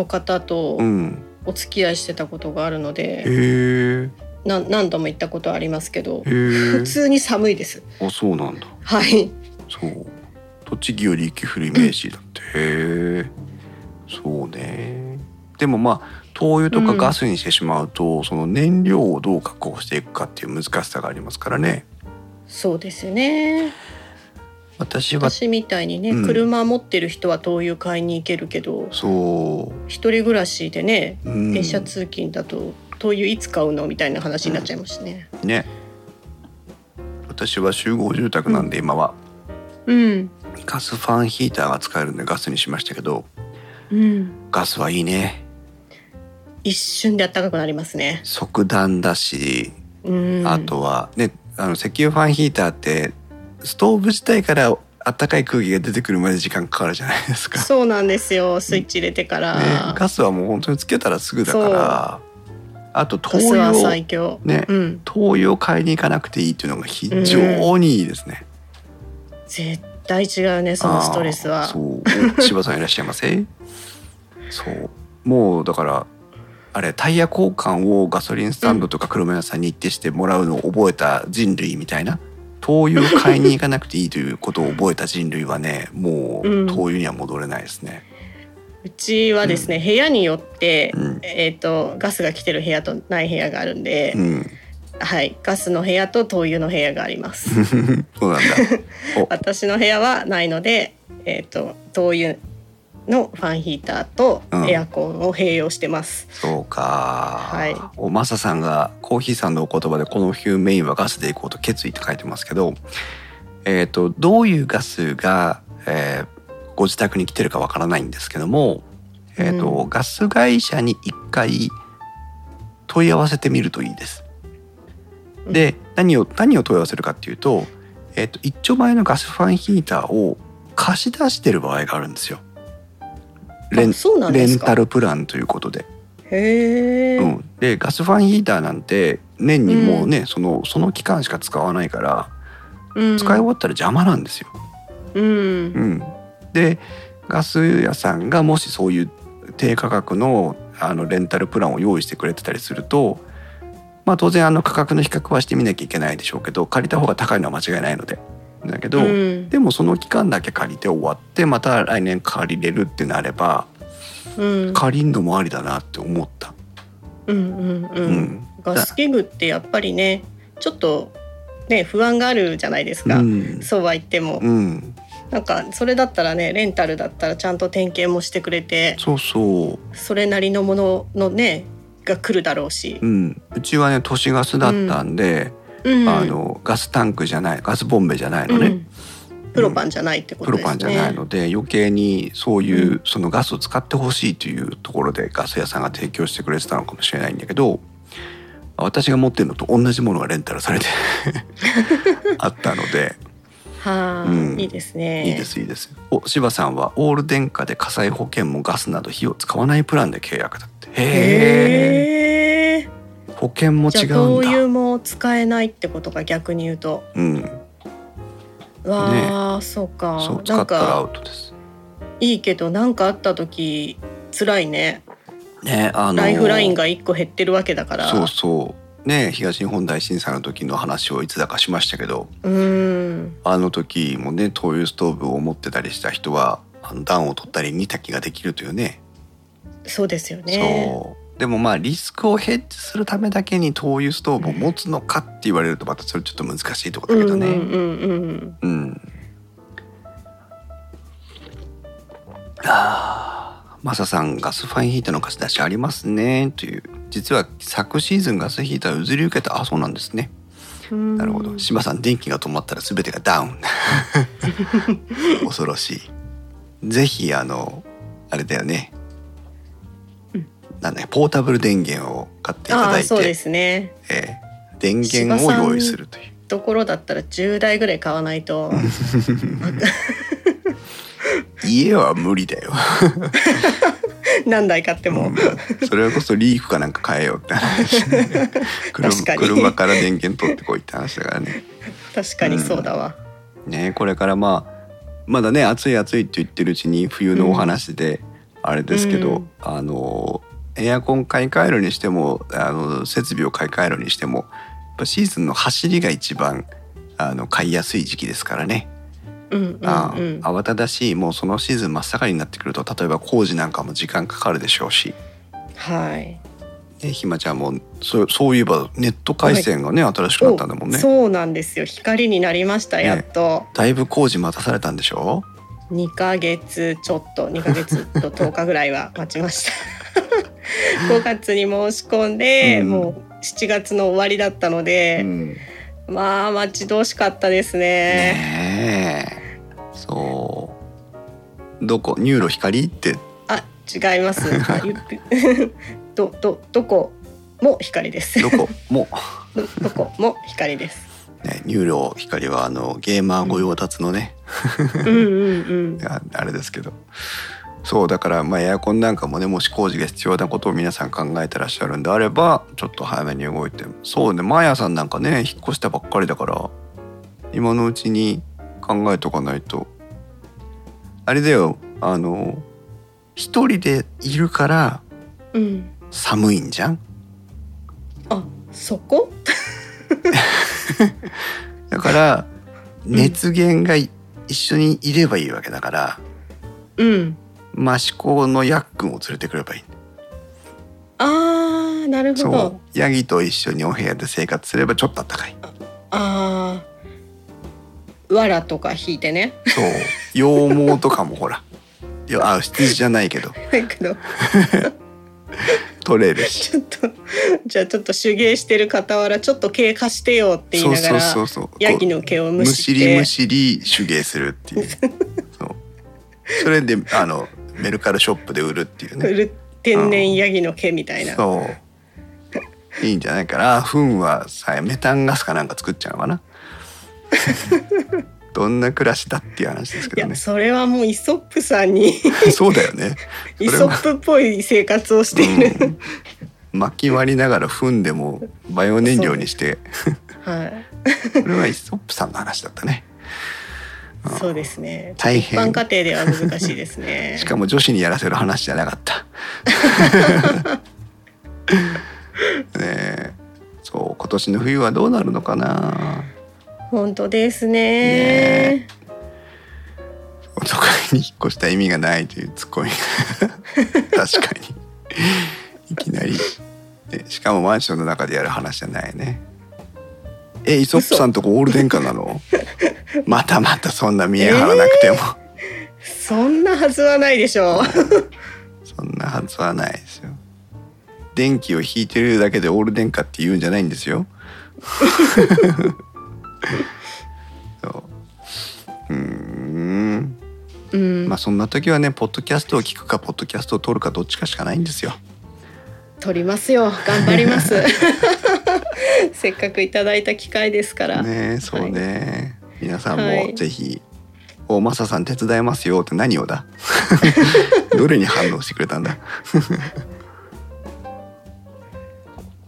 [SPEAKER 2] の方と
[SPEAKER 1] うん。
[SPEAKER 2] お付き合いしてたことがあるの
[SPEAKER 1] へ
[SPEAKER 2] で、
[SPEAKER 1] え、
[SPEAKER 2] な何度も行ったことはありますけど
[SPEAKER 1] へ
[SPEAKER 2] 普
[SPEAKER 1] え。
[SPEAKER 2] (laughs) 通に寒いです
[SPEAKER 1] あ、そうなんだ。
[SPEAKER 2] はい
[SPEAKER 1] そう。栃木より雪降るイメージだって。へえ。そうね。でもまあ灯油とか
[SPEAKER 2] うん
[SPEAKER 1] ガスにしてしまうと、その燃料をどう確保していくかっていう難しさがありますからね。
[SPEAKER 2] そうですね
[SPEAKER 1] 私は
[SPEAKER 2] 私みたいにね、
[SPEAKER 1] うん
[SPEAKER 2] 車持ってる人は灯油買いに行けるけど
[SPEAKER 1] そ
[SPEAKER 2] 一人暮らしでね
[SPEAKER 1] う。うん、
[SPEAKER 2] 電車通勤だと灯油いつ買うのみたいな話になっちゃいますね。
[SPEAKER 1] ね。私は集合住宅なんで今は。
[SPEAKER 2] うん、
[SPEAKER 1] ガスファンヒーターが使えるんでガスにしましたけど
[SPEAKER 2] うん、
[SPEAKER 1] ガスはいいね
[SPEAKER 2] 一瞬で暖かくなりますね。
[SPEAKER 1] 即暖だし、
[SPEAKER 2] うん、
[SPEAKER 1] あとはねあの石油ファンヒーターってストーブ自体から暖かい空気が出てくるまで時間かかるじゃないですか、ね、
[SPEAKER 2] そうなんですよ。スイッチ入れてから、
[SPEAKER 1] ガスはもう本当につけたらすぐだからあと灯
[SPEAKER 2] ガス
[SPEAKER 1] 油
[SPEAKER 2] は
[SPEAKER 1] を
[SPEAKER 2] 最強。
[SPEAKER 1] ね
[SPEAKER 2] うん、
[SPEAKER 1] 灯油を買いに行かなくていいっていうのが非常にいいですね、
[SPEAKER 2] 絶対違うね。そのストレス
[SPEAKER 1] あー
[SPEAKER 2] は。
[SPEAKER 1] そうお柴さんいらっしゃいませ (laughs) そうもうだからあれタイヤ交換をガソリンスタンドとか車屋さんに行ってしてもらうのを覚えた人類みたいな灯油を買いに行かなくていいということを覚えた人類はねもう
[SPEAKER 2] うん
[SPEAKER 1] 灯油には戻れないですね。
[SPEAKER 2] うちはですね、部屋によって。
[SPEAKER 1] うん
[SPEAKER 2] えっとガスが来てる部屋とない部屋があるんで、
[SPEAKER 1] うん、 (laughs)
[SPEAKER 2] はいガスの部屋と灯油の部屋があります。
[SPEAKER 1] そうなんだ。お
[SPEAKER 2] 私の部屋はないので、えっと灯油のファンヒーターと
[SPEAKER 1] うん
[SPEAKER 2] エアコンを併用してます。
[SPEAKER 1] そうか。
[SPEAKER 2] はい
[SPEAKER 1] おマサさんがコーヒーさんのお言葉でこの冬メインはガスで行こうと決意って書いてますけど、えっ、とどういうガスが、えーご自宅に来てるかわからないんですけども、えっ、と、
[SPEAKER 2] う
[SPEAKER 1] ガス会社に一回問い合わせてみるといいです。で何を何を問い合わせるかっていうと、えっ、と一丁前のガスファンヒーターを貸し出してる場合があるんですよ。レン
[SPEAKER 2] あそうなん
[SPEAKER 1] レ
[SPEAKER 2] で
[SPEAKER 1] ン
[SPEAKER 2] すか。
[SPEAKER 1] タルプランということで。
[SPEAKER 2] へえ、
[SPEAKER 1] うん、でガスファンヒーターなんて年にもうね、そのその期間しか使わないから
[SPEAKER 2] うん
[SPEAKER 1] 使い終わったら邪魔なんですよ。
[SPEAKER 2] うん
[SPEAKER 1] うん、でガス屋さんがもしそういう低価格のあのレンタルプランを用意してくれてたりすると、まあ、当然あの価格の比較はしてみなきゃいけないでしょうけど借りた方が高いのは間違いないので。だけど、
[SPEAKER 2] うん
[SPEAKER 1] でもその期間だけ借りて終わってまた来年借りれるってなれば
[SPEAKER 2] うん
[SPEAKER 1] 借りんのもありだなって思った。
[SPEAKER 2] うんうんう
[SPEAKER 1] うんん。
[SPEAKER 2] ガス器具ってやっぱりねちょっとね不安があるじゃないですか、
[SPEAKER 1] うん
[SPEAKER 2] そうは言っても、
[SPEAKER 1] うん、
[SPEAKER 2] なんかそれだったらねレンタルだったらちゃんと点検もしてくれて
[SPEAKER 1] そうそう。
[SPEAKER 2] それなりのもののねが来るだろうし
[SPEAKER 1] う、ん、うちはね都市ガスだったんで、
[SPEAKER 2] うん
[SPEAKER 1] あのガスタンクじゃないガスボンベじゃないの
[SPEAKER 2] う
[SPEAKER 1] ね、
[SPEAKER 2] んプロパンじゃないってこ
[SPEAKER 1] プ
[SPEAKER 2] と
[SPEAKER 1] ロ
[SPEAKER 2] ですね。
[SPEAKER 1] パンじゃないので余計にそういう、
[SPEAKER 2] うん
[SPEAKER 1] そのガスを使ってほしいというところでガス屋さんが提供してくれてたのかもしれないんだけど私が持ってるのと同じものがレンタルさ
[SPEAKER 2] (laughs)
[SPEAKER 1] れてあったので
[SPEAKER 2] はあ、
[SPEAKER 1] うん
[SPEAKER 2] いいですね。
[SPEAKER 1] いいですいいです。お柴さんはオール電化で火災保険もガスなど火を使わないプランで契約だってへえ
[SPEAKER 2] へえ。
[SPEAKER 1] 保険も
[SPEAKER 2] じゃあ
[SPEAKER 1] 違うん
[SPEAKER 2] 灯
[SPEAKER 1] だ。
[SPEAKER 2] 油も使えないってことが逆に言うと、
[SPEAKER 1] うん、
[SPEAKER 2] わあ、そうか。
[SPEAKER 1] そう使
[SPEAKER 2] な
[SPEAKER 1] っ
[SPEAKER 2] ん
[SPEAKER 1] たらア
[SPEAKER 2] か
[SPEAKER 1] ウトです。
[SPEAKER 2] いいけどなんかあった時辛いね。
[SPEAKER 1] ね、あの
[SPEAKER 2] ライフラインが一個減ってるわけだから。
[SPEAKER 1] そうそうね東日本大震災の時の話をいつだかしましたけど
[SPEAKER 2] うーん。
[SPEAKER 1] あの時もね灯油ストーブを持ってたりした人はあの暖を取ったり煮炊きができるというね
[SPEAKER 2] そうですよね。
[SPEAKER 1] そうでもまあリスクをヘッジするためだけに灯油ストーブを持つのかって言われるとまたそれちょっと難しいところだけど
[SPEAKER 2] んう
[SPEAKER 1] ね
[SPEAKER 2] んうん
[SPEAKER 1] うん、あーマサさんガスファインヒーターの貸し出しありますねという実は昨シーズンガスヒーターを譲り受けたあそうなんですね
[SPEAKER 2] うん。
[SPEAKER 1] なるほど。島さん電気が止まったら全てがダ
[SPEAKER 2] (laughs)
[SPEAKER 1] ウン。恐ろしい。ぜひあのあれだよね。
[SPEAKER 2] うん
[SPEAKER 1] なんだよポータブル電源を買っていた
[SPEAKER 2] あ
[SPEAKER 1] だ
[SPEAKER 2] あ、
[SPEAKER 1] い
[SPEAKER 2] そうで
[SPEAKER 1] て、
[SPEAKER 2] すね。
[SPEAKER 1] えー電源を用意するという。
[SPEAKER 2] ところだったら10台ぐらい買わな
[SPEAKER 1] (laughs)
[SPEAKER 2] いと
[SPEAKER 1] 家は無理だよ。
[SPEAKER 2] 何台買っても、
[SPEAKER 1] うんそれこそリーフかなんか買えよって
[SPEAKER 2] (laughs)
[SPEAKER 1] 話、ね、車
[SPEAKER 2] 確かに
[SPEAKER 1] 車から電源取ってこいって話だからね。
[SPEAKER 2] 確かにそうだわ。
[SPEAKER 1] ねこれからまあまだね暑い暑いって言ってるうちに冬のお話であれですけど、
[SPEAKER 2] うん
[SPEAKER 1] あのエアコン買い替えるにしてもあの設備を買い替えるにしてもやっぱシーズンの走りが一番あの買いやすい時期ですからね、
[SPEAKER 2] うんうん
[SPEAKER 1] あ
[SPEAKER 2] うん。
[SPEAKER 1] 慌ただしいもうそのシーズン真っ盛りになってくると例えば工事なんかも時間かかるでしょうし、
[SPEAKER 2] はい。
[SPEAKER 1] ね、ひまちゃんもそうそういえばネット回線がね、新しくなったんだもん
[SPEAKER 2] お
[SPEAKER 1] ね。
[SPEAKER 2] そうなんですよ。光になりました。
[SPEAKER 1] ね
[SPEAKER 2] やっと
[SPEAKER 1] だいぶ工事待たされたんでしょ
[SPEAKER 2] 2ヶ月ちょっと2ヶ月と10日ぐらいは待ちま
[SPEAKER 1] (laughs)
[SPEAKER 2] した。5月に申し込んで、
[SPEAKER 1] うん
[SPEAKER 2] もう7月の終わりだったの
[SPEAKER 1] う
[SPEAKER 2] で、
[SPEAKER 1] ん
[SPEAKER 2] まあ待ち遠しかったですね。
[SPEAKER 1] ねえそうどこニューロ光って
[SPEAKER 2] あ、違い
[SPEAKER 1] (laughs)
[SPEAKER 2] ます。あゆ (laughs) どどどこも光です。
[SPEAKER 1] どこ (laughs) も、
[SPEAKER 2] ど (laughs) どこも光です。
[SPEAKER 1] (laughs) ね、ニューロ光はあのゲーマー御用達のね、
[SPEAKER 2] うんうん
[SPEAKER 1] ああれですけどそうだから、まあ、エアコンなんかもねもし工事が必要なことを皆さん考えてらっしゃるんであればちょっと早めに動いてそうねマヤさんなんかね引っ越したばっかりだから今のうちに考えとかないとあれだよあの一人でいるから
[SPEAKER 2] うん。うん。
[SPEAKER 1] 寒いんじゃん
[SPEAKER 2] あ、そこ？
[SPEAKER 1] だから
[SPEAKER 2] ん
[SPEAKER 1] 熱源がい一緒にいればいいわけだから、
[SPEAKER 2] うん。
[SPEAKER 1] 益子のヤックンを連れてくればいい。
[SPEAKER 2] ああ、なるほ
[SPEAKER 1] そう
[SPEAKER 2] ど。
[SPEAKER 1] ヤギと一緒にお部屋で生活すればちょっと暖かい。
[SPEAKER 2] ああ、わらとか引いてね。 (laughs)
[SPEAKER 1] そう (laughs) 羊毛とかもほら、いやあ羊じゃないけど
[SPEAKER 2] だけど、
[SPEAKER 1] 取れるし。
[SPEAKER 2] ちょっと (laughs) じゃあちょっと手芸してる傍らちょっと経過してよって言い
[SPEAKER 1] そう
[SPEAKER 2] な
[SPEAKER 1] そう
[SPEAKER 2] がら、
[SPEAKER 1] そうそう。
[SPEAKER 2] ヤギの毛を
[SPEAKER 1] こうむ
[SPEAKER 2] む
[SPEAKER 1] し
[SPEAKER 2] しっ
[SPEAKER 1] り
[SPEAKER 2] て
[SPEAKER 1] むしり手芸するっていう。そうそれであのメルカルショップで売るっていうね。
[SPEAKER 2] 売る天然ヤギの毛みたいな。
[SPEAKER 1] そういいんじゃないかな糞はさメタンガスかなんか作っちゃうの
[SPEAKER 2] (laughs)
[SPEAKER 1] かなどんな暮らしだっていう話です
[SPEAKER 2] い
[SPEAKER 1] けど
[SPEAKER 2] や
[SPEAKER 1] ね
[SPEAKER 2] それはもうイソップさ
[SPEAKER 1] (laughs)
[SPEAKER 2] んに
[SPEAKER 1] そうだよ
[SPEAKER 2] (laughs)
[SPEAKER 1] ね
[SPEAKER 2] イソップっぽい生活をしている、
[SPEAKER 1] うん巻き割りながら糞でもバイオ燃料にして
[SPEAKER 2] はい、
[SPEAKER 1] これはイソップさんの話だったね
[SPEAKER 2] そうですね。
[SPEAKER 1] 大
[SPEAKER 2] 一
[SPEAKER 1] 変
[SPEAKER 2] 般家庭では難しいですね。
[SPEAKER 1] (laughs) しかも女子にやらせる話じゃなかった。 (laughs) ねえそう今年の冬はどうなるのかな
[SPEAKER 2] 本当ですね。
[SPEAKER 1] 都会に引っ越した意味がないというツッコミが確かにいきなり、ね、しかもマンションの中でやる話じゃないねえイソップさんとこオール電化なのまたまたそんな見え張らなくても、
[SPEAKER 2] そんなはずはないでしょう。
[SPEAKER 1] そんなはずはないですよ電気を引いてるだけでオール電化って言うんじゃないんですよそううーん
[SPEAKER 2] うん、
[SPEAKER 1] まあそんな時はねポッドキャストを聞くかポッドキャストを撮るかどっちかしかないんですよ
[SPEAKER 2] 取りますよ。頑張
[SPEAKER 1] (laughs)
[SPEAKER 2] ります。せっかくいただいた機会ですから。
[SPEAKER 1] ねえそうね、皆さん
[SPEAKER 2] は
[SPEAKER 1] も
[SPEAKER 2] い
[SPEAKER 1] ぜひ「おマサさん手伝いますよ」って何を
[SPEAKER 2] (laughs)
[SPEAKER 1] だどれに反応してくれたんだ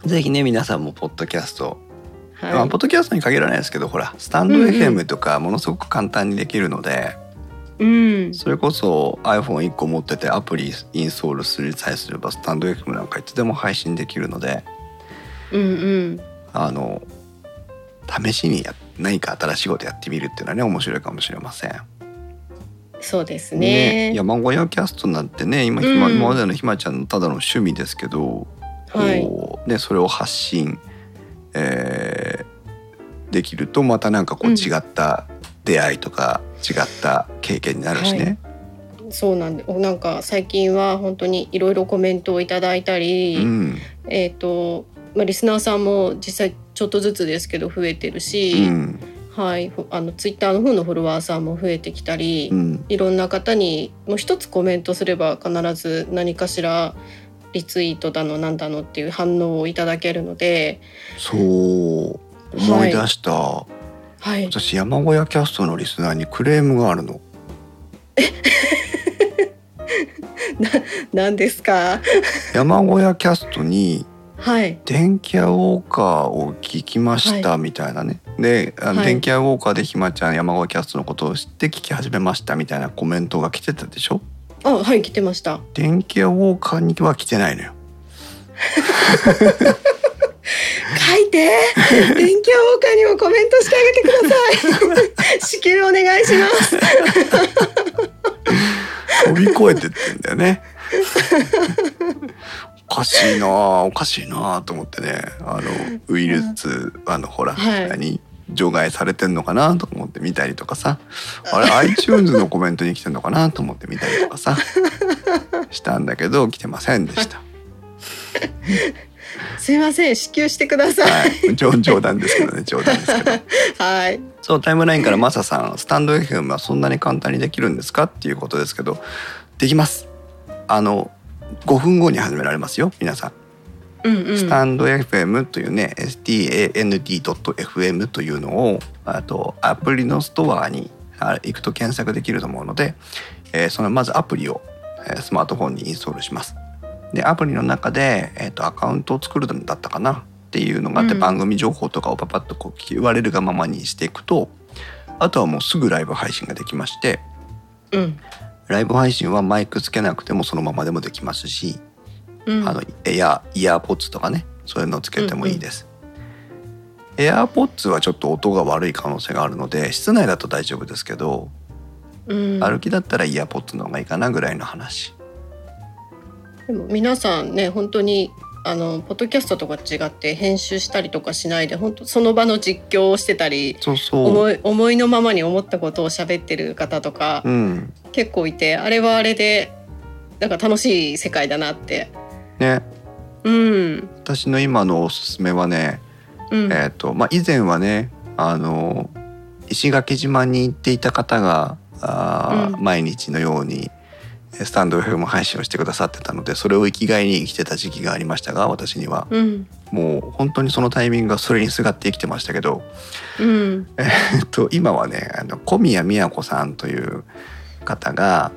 [SPEAKER 1] ぜひね皆さんもポッドキャスト、
[SPEAKER 2] はい。
[SPEAKER 1] まあ、ポッドキャストに限らないですけどほらスタンド
[SPEAKER 2] うんうん
[SPEAKER 1] FM とかものすごく簡単にできるので、
[SPEAKER 2] うん。
[SPEAKER 1] それこそ iPhone1 個持っててアプリインストールするさえすればスタンド FM なんかいつでも配信できるので
[SPEAKER 2] うんうん。
[SPEAKER 1] あの試しにや何か新しいことやってみるっていうのはね面白いかもしれません。
[SPEAKER 2] そうですね。
[SPEAKER 1] いや孫親キャストなんてね今ひま、
[SPEAKER 2] うん
[SPEAKER 1] 今までのひまちゃんのただの趣味ですけど、
[SPEAKER 2] はい。
[SPEAKER 1] こうね、それを発信、えーできるとまたなんかこう
[SPEAKER 2] うん
[SPEAKER 1] 違った出会いとか、違った経験になるしね。
[SPEAKER 2] そうなんで、おなんか最近は本当にいろいろコメントをいただいたり、
[SPEAKER 1] うん
[SPEAKER 2] えっ、と、まあリスナーさんも実際ちょっとずつですけど増えてる
[SPEAKER 1] う
[SPEAKER 2] し、
[SPEAKER 1] ん
[SPEAKER 2] はい。ふあのツイッターの方のフォロワーさんも増えてきたり、
[SPEAKER 1] うん
[SPEAKER 2] いろんな方にもう一つコメントすれば必ず何かしらリツイートだのなんだのっていう反応をいただけるので、
[SPEAKER 1] そう思い出した、
[SPEAKER 2] はい、
[SPEAKER 1] 私山小屋キャストのリスナーにクレームがあるの。
[SPEAKER 2] 何ですか、
[SPEAKER 1] 山小屋キャストに
[SPEAKER 2] はい、
[SPEAKER 1] 電気屋ウォーカーを聞きましたみたいなね、であの、
[SPEAKER 2] はい
[SPEAKER 1] 電気屋ウォーカーでひまちゃん山川キャストのことを知って聞き始めましたみたいなコメントが来てたでしょ
[SPEAKER 2] あ、はい、来てました。
[SPEAKER 1] 電気屋ウォーカーには来てないのよ
[SPEAKER 2] 書いて、電気屋ウォーカーにもコメントしてあげてください。支給お願いします。
[SPEAKER 1] 飛び越えてってんだよねおかしいなあおかしいなあと思ってねあのウイルスあのほら、
[SPEAKER 2] はい
[SPEAKER 1] 何除外されてんのかなと思って見たりとかさあれ iTunes のコメントに来てんのかなと思って見たりとかさしたんだけど来てませんでした。
[SPEAKER 2] すいません、支給してください。
[SPEAKER 1] はい、冗冗談ですけどね冗談ですけど
[SPEAKER 2] はい、
[SPEAKER 1] そうタイムラインからマサさんスタンド FM はそんなに簡単にできるんですかっていうことですけどできますあの5分後に始められますよ皆さん、
[SPEAKER 2] うんうん、
[SPEAKER 1] スタンド FM というね stand.fm というのをあとアプリのストアにあ行くと検索できると思うので、えーそのまずアプリをえースマートフォンにインストールしますでアプリの中で、えー、とアカウントを作るんだったかなっていうのがあって、
[SPEAKER 2] うん
[SPEAKER 1] 番組情報とかをパパッとこう聞われるがままにしていくとあとはもうすぐライブ配信ができまして
[SPEAKER 2] うん、
[SPEAKER 1] ライブ配信はマイクつけなくてもそのままでもできますし、
[SPEAKER 2] うん、
[SPEAKER 1] あのエアイヤーポッツとかねそういうのをつけてもいいです。エアーポッツはちょっと音が悪い可能性があるので室内だと大丈夫ですけど、
[SPEAKER 2] うん、
[SPEAKER 1] 歩きだったらイヤーポッツの方がいいかなぐらいの話。
[SPEAKER 2] でも皆さんね本当にあのポッドキャストとか違って編集したりとかしないで本当その場の実況をしてたり
[SPEAKER 1] そうそう。
[SPEAKER 2] 思い思いのままに思ったことを喋ってる方とか
[SPEAKER 1] うん、
[SPEAKER 2] 結構いてあれはあれでなんか楽しい世界だなって
[SPEAKER 1] ね
[SPEAKER 2] うん
[SPEAKER 1] 私の今のおすすめはね、
[SPEAKER 2] うん、
[SPEAKER 1] えっ、とまあ以前はねあの石垣島に行っていた方があー、
[SPEAKER 2] うん
[SPEAKER 1] 毎日のようにえースタンド FM 配信をしてくださってたのでそれを生きがいに生きてた時期がありましたが私には
[SPEAKER 2] うん
[SPEAKER 1] もう本当にそのタイミングがそれにすがって生きてましたけど、 (laughs)
[SPEAKER 2] うん
[SPEAKER 1] えっと、今はねあの小宮宮子さんという方が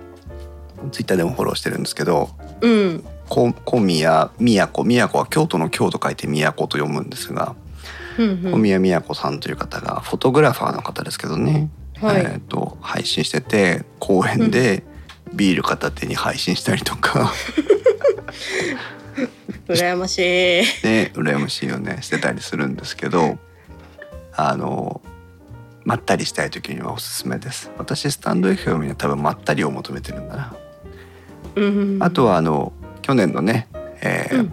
[SPEAKER 1] ツイッターでもフォローしてるんですけど
[SPEAKER 2] うん
[SPEAKER 1] こ小宮宮子宮子は京都の京と書いて宮子と読むんですが
[SPEAKER 2] うんう
[SPEAKER 1] 小
[SPEAKER 2] ん
[SPEAKER 1] 宮宮子さんという方がフォトグラファーの方ですけどね、
[SPEAKER 2] は
[SPEAKER 1] えー
[SPEAKER 2] い
[SPEAKER 1] と配信してて公園でビール片手に配信したりとか、
[SPEAKER 2] 羨ましい
[SPEAKER 1] ね羨ましいよねしてたりするんですけどあのまったりしたい時にはおすすめです私スタンド FM には多分まったりを求めてるんだな、
[SPEAKER 2] うん
[SPEAKER 1] あとはあの去年のね、えー
[SPEAKER 2] うん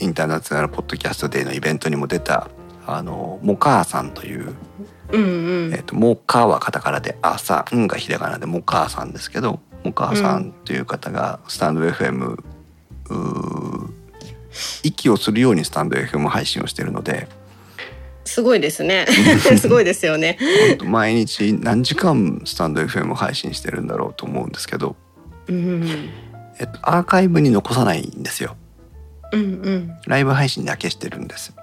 [SPEAKER 1] インターナショナルポッドキャストデーのイベントにも出たあのモカーさんという、
[SPEAKER 2] うんうん
[SPEAKER 1] えー、とモカーはカタカナで「アさん」「ん」がひらがなでモカーさんですけどモカーさんという方がスタンド FM、うー息をするようにスタンド FM 配信をしてるので。
[SPEAKER 2] すごいで
[SPEAKER 1] (laughs)
[SPEAKER 2] すねすごいですよね
[SPEAKER 1] 本当毎日何時間スタンド FM を配信してるんだろうと思うんですけど、
[SPEAKER 2] うん
[SPEAKER 1] えっと、アーカイブに残さないんですよ
[SPEAKER 2] うん
[SPEAKER 1] ライブ配信だけしてるんです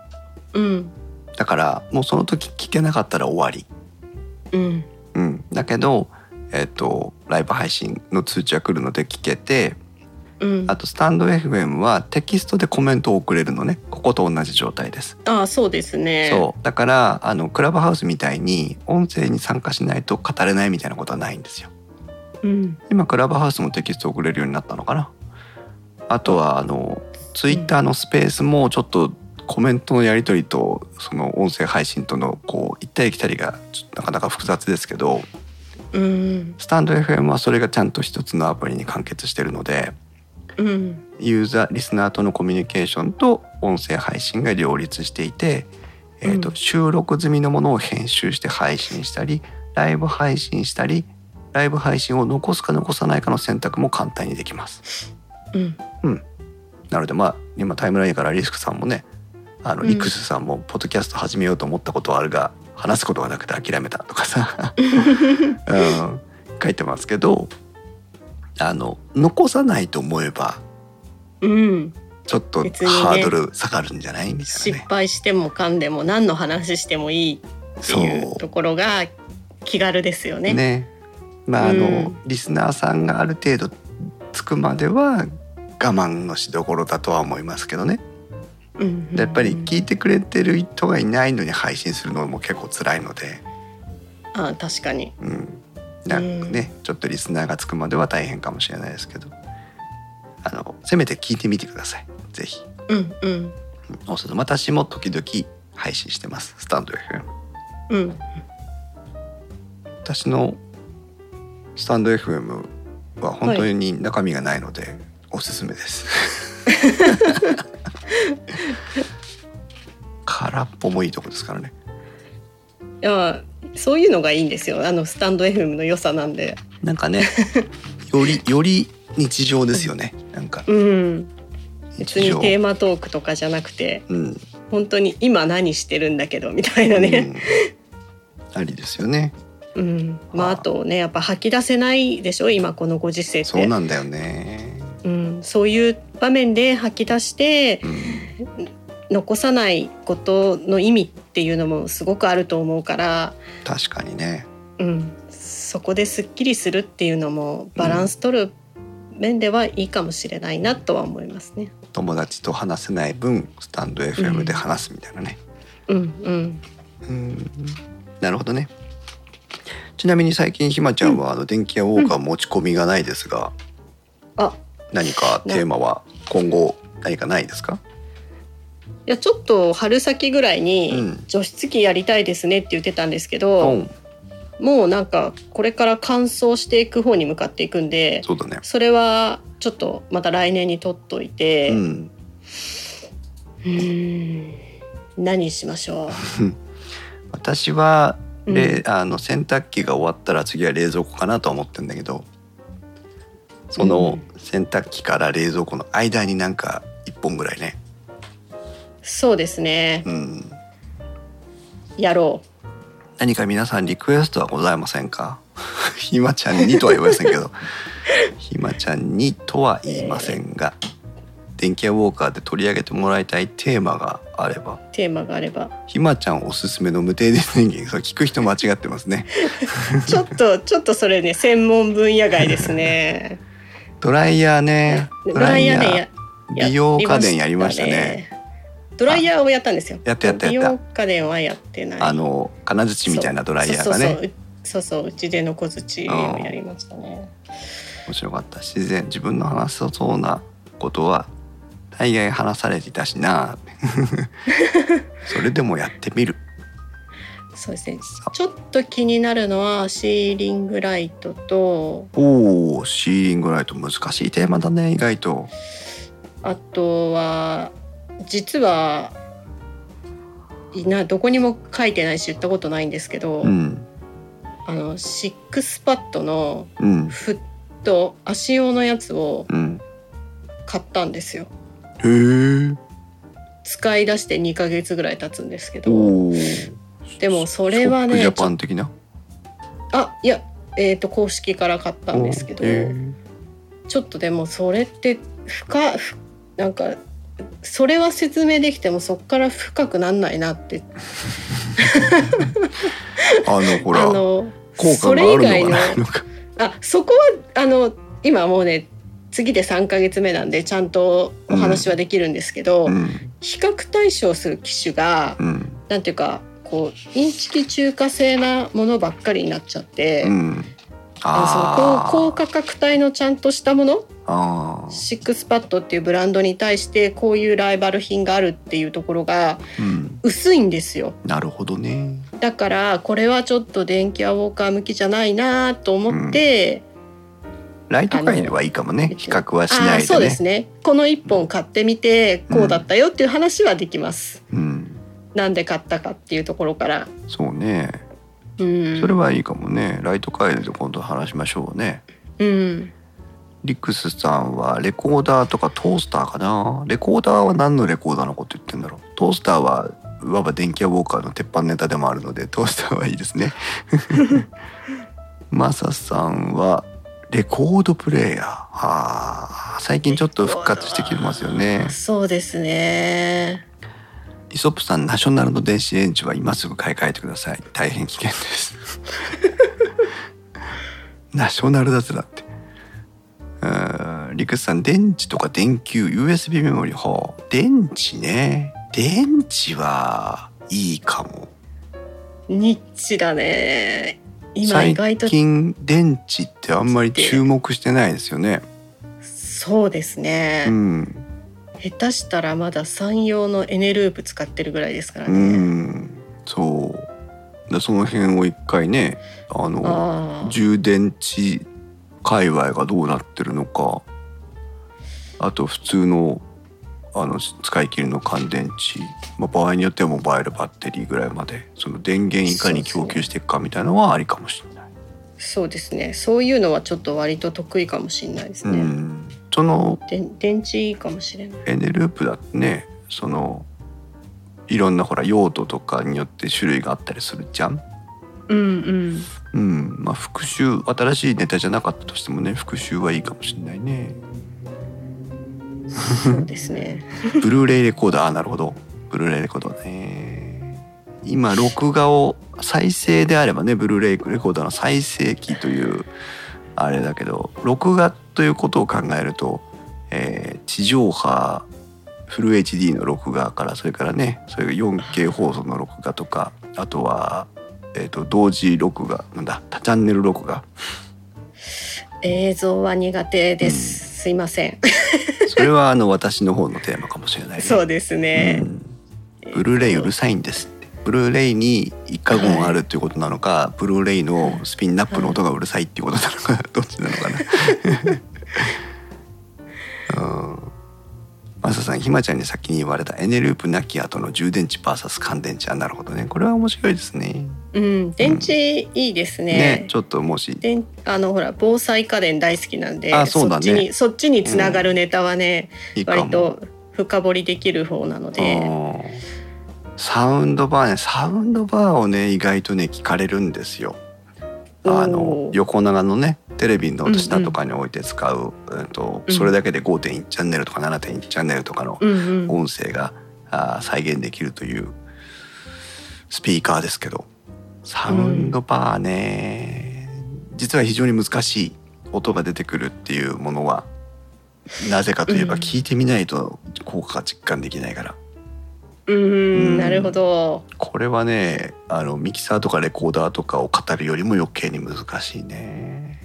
[SPEAKER 2] うんうん
[SPEAKER 1] だからもうその時聞けなかったら終わり、
[SPEAKER 2] うん
[SPEAKER 1] うん、だけど、えっと、ライブ配信の通知が来るので聞けて
[SPEAKER 2] うん
[SPEAKER 1] あとスタンド FM はテキストでコメントを送れるのねここと同じ状態です、
[SPEAKER 2] ああそうですね
[SPEAKER 1] そうだからあのクラブハウスみたいに音声に参加しないと語れないみたいなことはないんですよ
[SPEAKER 2] う、うん、
[SPEAKER 1] 今クラブハウスもテキスト送れるようになったのかなあとはあのツイッターのスペースもちょっとコメントのやり取りとその音声配信とのこう行ったり来たりがちょっとなかなか複雑ですけど
[SPEAKER 2] うん
[SPEAKER 1] スタンド FM はそれがちゃんと一つのアプリに完結してるので
[SPEAKER 2] うん
[SPEAKER 1] ユーザーリスナーとのコミュニケーションと音声配信が両立していて、えーと
[SPEAKER 2] うん
[SPEAKER 1] 収録済みのものを編集して配信したりライブ配信したりライブ配信を残すか残さないかの選択も簡単にできます。
[SPEAKER 2] うん
[SPEAKER 1] なのでまあ今タイムラインからリスクさんもねあの
[SPEAKER 2] うん
[SPEAKER 1] リクスさんもポッドキャスト始めようと思ったことはあるが、話すことがなくて諦めたとか
[SPEAKER 2] (laughs)
[SPEAKER 1] さ、うん、書いてますけどあの残さないと思えば
[SPEAKER 2] うん
[SPEAKER 1] ちょっと
[SPEAKER 2] 別にね
[SPEAKER 1] ハードル下がるんじゃないみたい
[SPEAKER 2] 失
[SPEAKER 1] なね。
[SPEAKER 2] 敗してもかんでも何の話してもいいっていうところが気軽ですよね。
[SPEAKER 1] ねまああの、
[SPEAKER 2] うん
[SPEAKER 1] リスナーさんがある程度つくまでは我慢のしどころだとは思いますけどね
[SPEAKER 2] うん
[SPEAKER 1] でやっぱり聞いてくれてる人がいないのに配信するのも結構辛いので、
[SPEAKER 2] あ確かに。
[SPEAKER 1] うん、なんかね、ちょっとリスナーがつくまでは大変かもしれないですけどあのせめて聞いてみてくださいぜひ、
[SPEAKER 2] うんう
[SPEAKER 1] う
[SPEAKER 2] ん
[SPEAKER 1] んおすすめ私も時々配信してますスタンド FM
[SPEAKER 2] うん
[SPEAKER 1] 私のスタンド FM は本当に中身がないので、おすすめです
[SPEAKER 2] (laughs)
[SPEAKER 1] 空っぽもいいとこですからね
[SPEAKER 2] いやそういうのがいいんですよあのスタンド FM の良さなんで。
[SPEAKER 1] なんかねよりより日常ですよねなんか
[SPEAKER 2] うん (laughs) 別
[SPEAKER 1] 日
[SPEAKER 2] に
[SPEAKER 1] 常
[SPEAKER 2] テーマトークとかじゃなくて
[SPEAKER 1] うん
[SPEAKER 2] 本当に今何してるんだけどみたいなね。
[SPEAKER 1] うんありですよね。
[SPEAKER 2] うん、まああとねやっぱ吐き出せないでしょ今このご時世って
[SPEAKER 1] そうなんだよね。
[SPEAKER 2] うん、そういう場面で吐き出して
[SPEAKER 1] うん、
[SPEAKER 2] 残さないことの意味っていうのもすごくあると思うから、
[SPEAKER 1] 確かにね。
[SPEAKER 2] うん、そこですっきりするっていうのもバランス取る面ではいいかもしれないなとは思いますね。
[SPEAKER 1] 友達と話せない分、スタンド FM で話すみたいなね。
[SPEAKER 2] うんうん、
[SPEAKER 1] うん、なるほどね。ちなみに最近ひまちゃんはあの電気屋ウォーカー持ち込みがないですが、
[SPEAKER 2] あ
[SPEAKER 1] 何かテーマは今後何かないですか？
[SPEAKER 2] いやちょっと春先ぐらいうに
[SPEAKER 1] ん
[SPEAKER 2] 除湿機やりたいですねって言ってたんですけど、
[SPEAKER 1] うん、
[SPEAKER 2] もうなんかこれから乾燥していく方に向かっていくんで
[SPEAKER 1] そうだね。
[SPEAKER 2] それはちょっとまた来年に取っといて、
[SPEAKER 1] う、
[SPEAKER 2] うんーん何しましょ
[SPEAKER 1] 私は。
[SPEAKER 2] う。
[SPEAKER 1] れあの洗濯機が終わったら次は冷蔵庫かなとは思ってんだけどその洗濯機から冷蔵庫の間になんか1本ぐらいね、
[SPEAKER 2] そうですね。
[SPEAKER 1] うん、
[SPEAKER 2] やろ
[SPEAKER 1] 何か皆さんリクエストはございませんか (laughs) ひまちゃんにとは言いませんけ
[SPEAKER 2] (laughs)
[SPEAKER 1] どひまちゃんにとは言いませんが電気屋ウォーカーで取り上げてもらいたいテーマがあれば
[SPEAKER 2] う。テーマがあれば。
[SPEAKER 1] ひまちゃんおすすめの無停電電源それ聞く人間違ってますね
[SPEAKER 2] ちょっと、 (laughs) ちょっとそれね、専門分野外ですね。
[SPEAKER 1] ドライヤーね
[SPEAKER 2] ドライヤーね、や
[SPEAKER 1] 美容家電やりましたね。
[SPEAKER 2] ドライヤーをやったんですよ。
[SPEAKER 1] やったやったやった
[SPEAKER 2] 美容家電はやってない。
[SPEAKER 1] あの金槌みたいなドライヤーがね
[SPEAKER 2] そうそうそううそうそううちでの小槌をやりましたね。
[SPEAKER 1] 面白かった自然自分の話さそうなことは大概
[SPEAKER 2] (laughs)
[SPEAKER 1] 話されていたしなそれでもやってみる
[SPEAKER 2] そうですね
[SPEAKER 1] さ
[SPEAKER 2] ちょっと気になるのはシーリングライトと
[SPEAKER 1] おおシーリングライト難しいテーマだね意外と
[SPEAKER 2] あとは実はいなどこにも書いてないし言ったことないんですけど、
[SPEAKER 1] うん
[SPEAKER 2] あのシックスパッドの
[SPEAKER 1] うん
[SPEAKER 2] フット足用のやつを
[SPEAKER 1] うん
[SPEAKER 2] 買ったんですよ
[SPEAKER 1] へえ
[SPEAKER 2] 使い出して2ヶ月ぐらい経つんですけど
[SPEAKER 1] おお
[SPEAKER 2] でもそれはね
[SPEAKER 1] ジャパン的な
[SPEAKER 2] あいや、えー、と公式から買ったんですけど、
[SPEAKER 1] おーへー
[SPEAKER 2] ちょっとでもそれって深ふなんかそれは説明できてもそこから深くなんないなって
[SPEAKER 1] あのほら
[SPEAKER 2] あの
[SPEAKER 1] 効
[SPEAKER 2] そ
[SPEAKER 1] 果
[SPEAKER 2] れ以
[SPEAKER 1] がある
[SPEAKER 2] 外
[SPEAKER 1] の
[SPEAKER 2] の
[SPEAKER 1] かないのか
[SPEAKER 2] あそこはあの今もうね次で3ヶ月目なんでちゃんとお話はできるんですけど、
[SPEAKER 1] うん
[SPEAKER 2] 比較対象する機種が
[SPEAKER 1] うん
[SPEAKER 2] なんていうかこうインチキ中華製なものばっかりになっちゃって、
[SPEAKER 1] うん
[SPEAKER 2] あのその高高価格帯のちゃんとしたもの
[SPEAKER 1] あー
[SPEAKER 2] シックスパッドっていうブランドに対してこういうライバル品があるっていうところが
[SPEAKER 1] うん
[SPEAKER 2] 薄いんですよ
[SPEAKER 1] なるほどね
[SPEAKER 2] だからこれはちょっと電気アウォーカー向きじゃないなと思って、
[SPEAKER 1] ライト界ではいいかもね
[SPEAKER 2] あの
[SPEAKER 1] 比較はし
[SPEAKER 2] あ
[SPEAKER 1] な
[SPEAKER 2] あ
[SPEAKER 1] いで
[SPEAKER 2] そう
[SPEAKER 1] ね
[SPEAKER 2] ですねこの1本買ってみてこうだったよっていう話はできます、
[SPEAKER 1] うん
[SPEAKER 2] なんで買ったかっていうところから、
[SPEAKER 1] そうね
[SPEAKER 2] うん、
[SPEAKER 1] それはいいかもねライト界で今度話しましょうね
[SPEAKER 2] うん
[SPEAKER 1] リックスさんはレコーダーとかトースターかなレコーダーは何のレコーダーのこと言ってんだろうトースターはいわば電気屋ウォーカーの鉄板ネタでもあるのでトースターはいいですねマサさんはレコードプレイヤーはあ最近ちょっと復活してきてますよね
[SPEAKER 2] そうですね
[SPEAKER 1] イソップさんナショナルの電子レンジは今すぐ買い替えてください大変危険です (laughs) ナショナルだぜだってうーんリクスさん電池とか電球 USB メモリほう電池ね電池はいいかも
[SPEAKER 2] ニッチだね今
[SPEAKER 1] 最
[SPEAKER 2] 意外と
[SPEAKER 1] 近電池ってあんまり注目してないですよね
[SPEAKER 2] そうですね、
[SPEAKER 1] うん
[SPEAKER 2] 下手したらまだ山陽のエネループ使ってるぐらいですから
[SPEAKER 1] う
[SPEAKER 2] ね、
[SPEAKER 1] んそうでその辺を一回ねあの
[SPEAKER 2] ああ
[SPEAKER 1] 充電池界隈がどうなってるのかあと普通のあの使い切りの乾電池、まあ、場合によってはモバイルバッテリーぐらいまでその電源いかに供給していくかみたいなのはありかもしれない。
[SPEAKER 2] そうですねそういうのはちょっと割と得意かもしれないです
[SPEAKER 1] う
[SPEAKER 2] ね、
[SPEAKER 1] んその
[SPEAKER 2] で電池いいかもしれない
[SPEAKER 1] エネループだってねそのいろんなほら用途とかによって種類があったりするじゃん。
[SPEAKER 2] うんうん
[SPEAKER 1] うんまあ、復習新しいネタじゃなかったとしてもね復習はいいかもしれないね。
[SPEAKER 2] そうですね
[SPEAKER 1] ブルーレイレコーダーあなるほどブルーレイレコーダーね今録画を再生であればねブルーレイレコーダーの再生機というあれだけど録画ということを考えると、えー地上波フル HD の録画からそれからねそれが 4K 放送の録画とかあとは、えー、と同時録画なんだ多チャンネル録画
[SPEAKER 2] 映像は苦手です、
[SPEAKER 1] う
[SPEAKER 2] すいません (laughs)
[SPEAKER 1] それはあの私の方のテーマかもしれないね
[SPEAKER 2] そうですね
[SPEAKER 1] う、んブルーレイうるさいんですってブルーレイに一過言あるっていうことなのか、ブルーレイのスピンナップの音がうるさいっていうことなのか、 (laughs) どっちなのかな。 (laughs) うんマサさんひまちゃんに先に言われたエネループなき後の充電池 VS 乾電池はなるほどねこれは面白いですね。
[SPEAKER 2] うん電池いいですね
[SPEAKER 1] ねちょっともし
[SPEAKER 2] であのほら防災家電大好きなんで
[SPEAKER 1] あそうだね
[SPEAKER 2] っちにそっちにつながるネタはね、
[SPEAKER 1] いいか
[SPEAKER 2] 割
[SPEAKER 1] も。
[SPEAKER 2] と深掘りできる方なので
[SPEAKER 1] うんサウンドバーねサウンドバーをね意外とね聞かれるんですよ。あの
[SPEAKER 2] おー
[SPEAKER 1] 横長のねテレビの下とかに置いて使う、うんと
[SPEAKER 2] うん
[SPEAKER 1] それだけで5.1チャンネルとか7.1チャンネルとかの
[SPEAKER 2] うんうん
[SPEAKER 1] 音声が、あー再現できるというスピーカーですけどサウンドバーね、実は非常に難しい音が出てくるっていうものはなぜかといえば
[SPEAKER 2] うん
[SPEAKER 1] 聞いてみないと効果が実感できないから。
[SPEAKER 2] う
[SPEAKER 1] うん
[SPEAKER 2] んなるほど
[SPEAKER 1] これはねあのミキサーとかレコーダーとかを語るよりも余計に難しいね。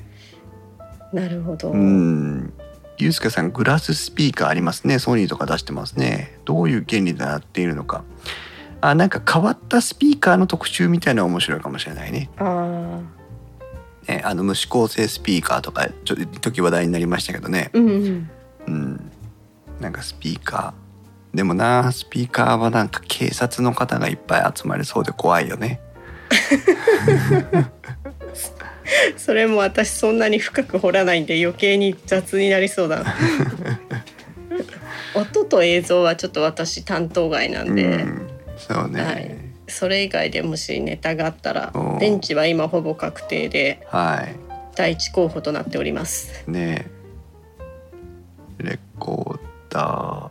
[SPEAKER 2] なるほど、
[SPEAKER 1] うん。ゆうすけさん、グラススピーカーありますね。ソニーとか出してますね。どういう原理でなっているのか。あなんか変わったスピーカーの特集みたいなの面白いかもしれないね。
[SPEAKER 2] あー
[SPEAKER 1] ねあの無指向性スピーカーとかちょっと時話題になりましたけどね。
[SPEAKER 2] うんうん
[SPEAKER 1] うん、なんかスピーカーでもなスピーカーはなんか警察の方がいっぱい集まりそうで怖いよね。
[SPEAKER 2] それも私そんなに深く掘らないんで余計に雑になりそうだな音と映像はちょっと私担当外なんで、
[SPEAKER 1] うん、そう
[SPEAKER 2] はい
[SPEAKER 1] ね、
[SPEAKER 2] それ以外でもしネタがあったら
[SPEAKER 1] おー
[SPEAKER 2] 電池は今ほぼ確定で
[SPEAKER 1] はい、
[SPEAKER 2] 第一候補となっております
[SPEAKER 1] ねレコーダー。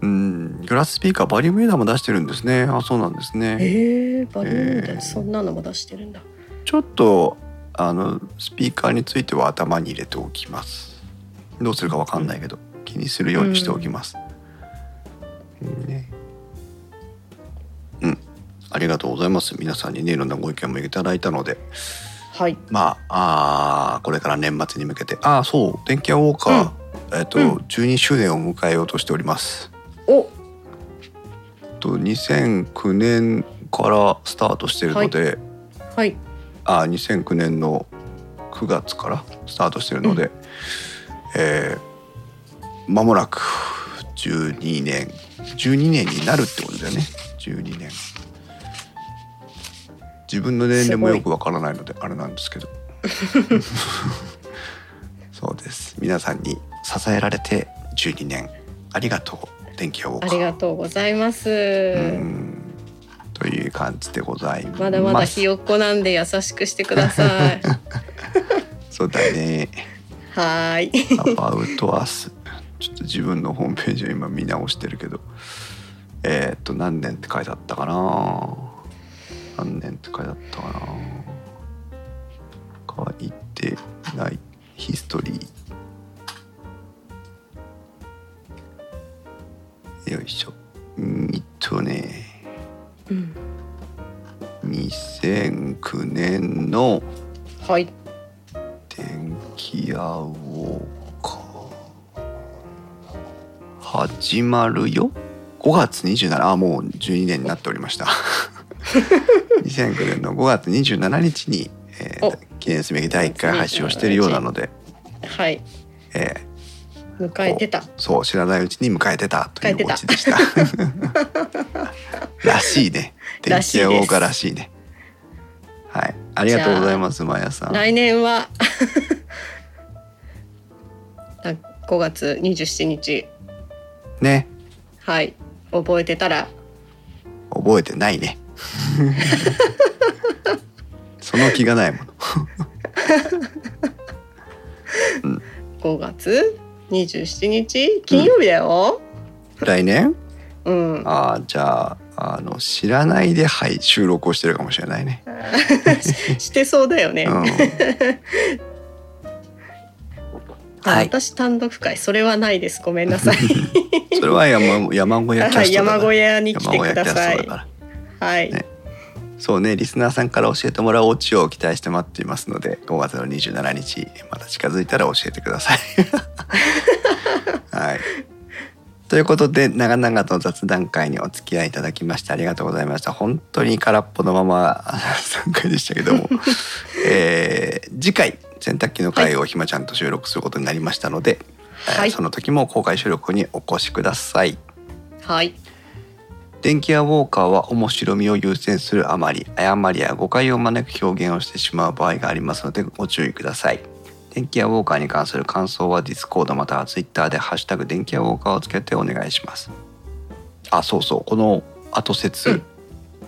[SPEAKER 1] うん、グラススピーカーバリューメーターも出してるんですね。あ、そうなんですね。
[SPEAKER 2] えー、バリューム
[SPEAKER 1] えー
[SPEAKER 2] でそんなのも出してるんだ、
[SPEAKER 1] ちょっとあのスピーカーについては頭に入れておきますどうするかわかんないけど気にするようにしておきます、うん、ねうんありがとうございます皆さんにねいろんなご意見もいただいたので
[SPEAKER 2] はい
[SPEAKER 1] まああーこれから年末に向けてああそう電気屋ウォーカー、えっと、
[SPEAKER 2] うん
[SPEAKER 1] 12周年を迎えようとしておりますえ
[SPEAKER 2] お
[SPEAKER 1] っと2009年からスタートしてるので、
[SPEAKER 2] はい
[SPEAKER 1] あ2009年の9月からスタートしてるので、えー間もなく12年12年になるってことだよね12年自分の年齢も
[SPEAKER 2] すごい
[SPEAKER 1] よくわからないのであれなんですけ
[SPEAKER 2] (laughs)
[SPEAKER 1] どそうです皆さんに支えられて12年ありがとう天気予報
[SPEAKER 2] ありがとうございます、
[SPEAKER 1] うんという感じでございます
[SPEAKER 2] まだまだひよっこなんで優しくしてください
[SPEAKER 1] そうだね
[SPEAKER 2] はーい
[SPEAKER 1] アバウトアス。ちょっと自分のホームページを今見直してるけど。えーっと、何年って書いてあったかな何年って書いてあったかな書いてない。ヒストリー。よいしょ。うんえっとね、
[SPEAKER 2] うん
[SPEAKER 1] 2009年の
[SPEAKER 2] はい
[SPEAKER 1] 電気屋ウォーカー始まるよ5月27あもう12年になっておりま
[SPEAKER 2] (laughs)
[SPEAKER 1] した2009年の5月27日に、えー
[SPEAKER 2] お
[SPEAKER 1] 記念すべき第1回配信をしているようなので、
[SPEAKER 2] はい
[SPEAKER 1] えー
[SPEAKER 2] 迎えてた
[SPEAKER 1] そう知らないうちに迎えてたという
[SPEAKER 2] 迎えて
[SPEAKER 1] オ
[SPEAKER 2] た
[SPEAKER 1] チでした
[SPEAKER 2] (laughs)
[SPEAKER 1] らしいね電気屋ウォーカーらしいねはいありがとうございますまやさん
[SPEAKER 2] 来年は (laughs) あ5月27日
[SPEAKER 1] ね
[SPEAKER 2] はい覚えてたら
[SPEAKER 1] 覚えてないね (laughs) その気がないもの
[SPEAKER 2] 5月27日金曜日だよ、
[SPEAKER 1] 来年
[SPEAKER 2] うん
[SPEAKER 1] あーじゃああの知らないではい収録をしてるかもしれないね、
[SPEAKER 2] (laughs) してそうだよね、
[SPEAKER 1] うん、
[SPEAKER 2] (laughs) あ
[SPEAKER 1] はい
[SPEAKER 2] 私単独会それはないですごめん
[SPEAKER 1] (laughs)
[SPEAKER 2] なさい
[SPEAKER 1] それは山山小屋キャ
[SPEAKER 2] は
[SPEAKER 1] ス
[SPEAKER 2] い
[SPEAKER 1] トだな
[SPEAKER 2] 山小屋に来
[SPEAKER 1] 山
[SPEAKER 2] てく
[SPEAKER 1] 小屋
[SPEAKER 2] だ
[SPEAKER 1] キャス
[SPEAKER 2] さ
[SPEAKER 1] トだ
[SPEAKER 2] い
[SPEAKER 1] から
[SPEAKER 2] はい、
[SPEAKER 1] ねそうねリスナーさんから教えてもらうオチを期待して待っていますので5月の27日また近づいたら教えてくだ
[SPEAKER 2] (laughs)
[SPEAKER 1] さい。はい、ということで長々と雑談会にお付き合いいただきましてありがとうございました本当に空っぽのままあの参回でしたけど
[SPEAKER 2] (laughs)
[SPEAKER 1] も、えー次回洗濯機の会をひまちゃんと収録することになりましたので、
[SPEAKER 2] は
[SPEAKER 1] えー
[SPEAKER 2] い
[SPEAKER 1] その時も公開収録にお越しください。
[SPEAKER 2] はい
[SPEAKER 1] 電気屋ウォーカーは面白みを優先するあまり誤りや誤解を招く表現をしてしまう場合がありますのでご注意ください電気屋ウォーカーに関する感想はディスコードまたはツイッターで「ハッシュタグ電気屋ウォーカー」をつけてお願いしますあそうそうこの後説、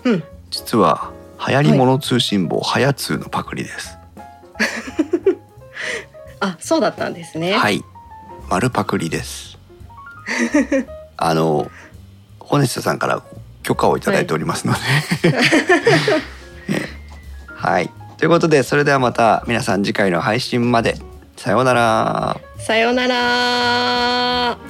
[SPEAKER 2] うんうん
[SPEAKER 1] 実は流行り物通信簿、はやつーのパクリです
[SPEAKER 2] あそうだったんですね、
[SPEAKER 1] はいい丸パクリです (laughs) あのホネストさんから許可をいただいておりますので (laughs) はい、ということでそれではまた皆さん次回の配信までさようなら
[SPEAKER 2] さようなら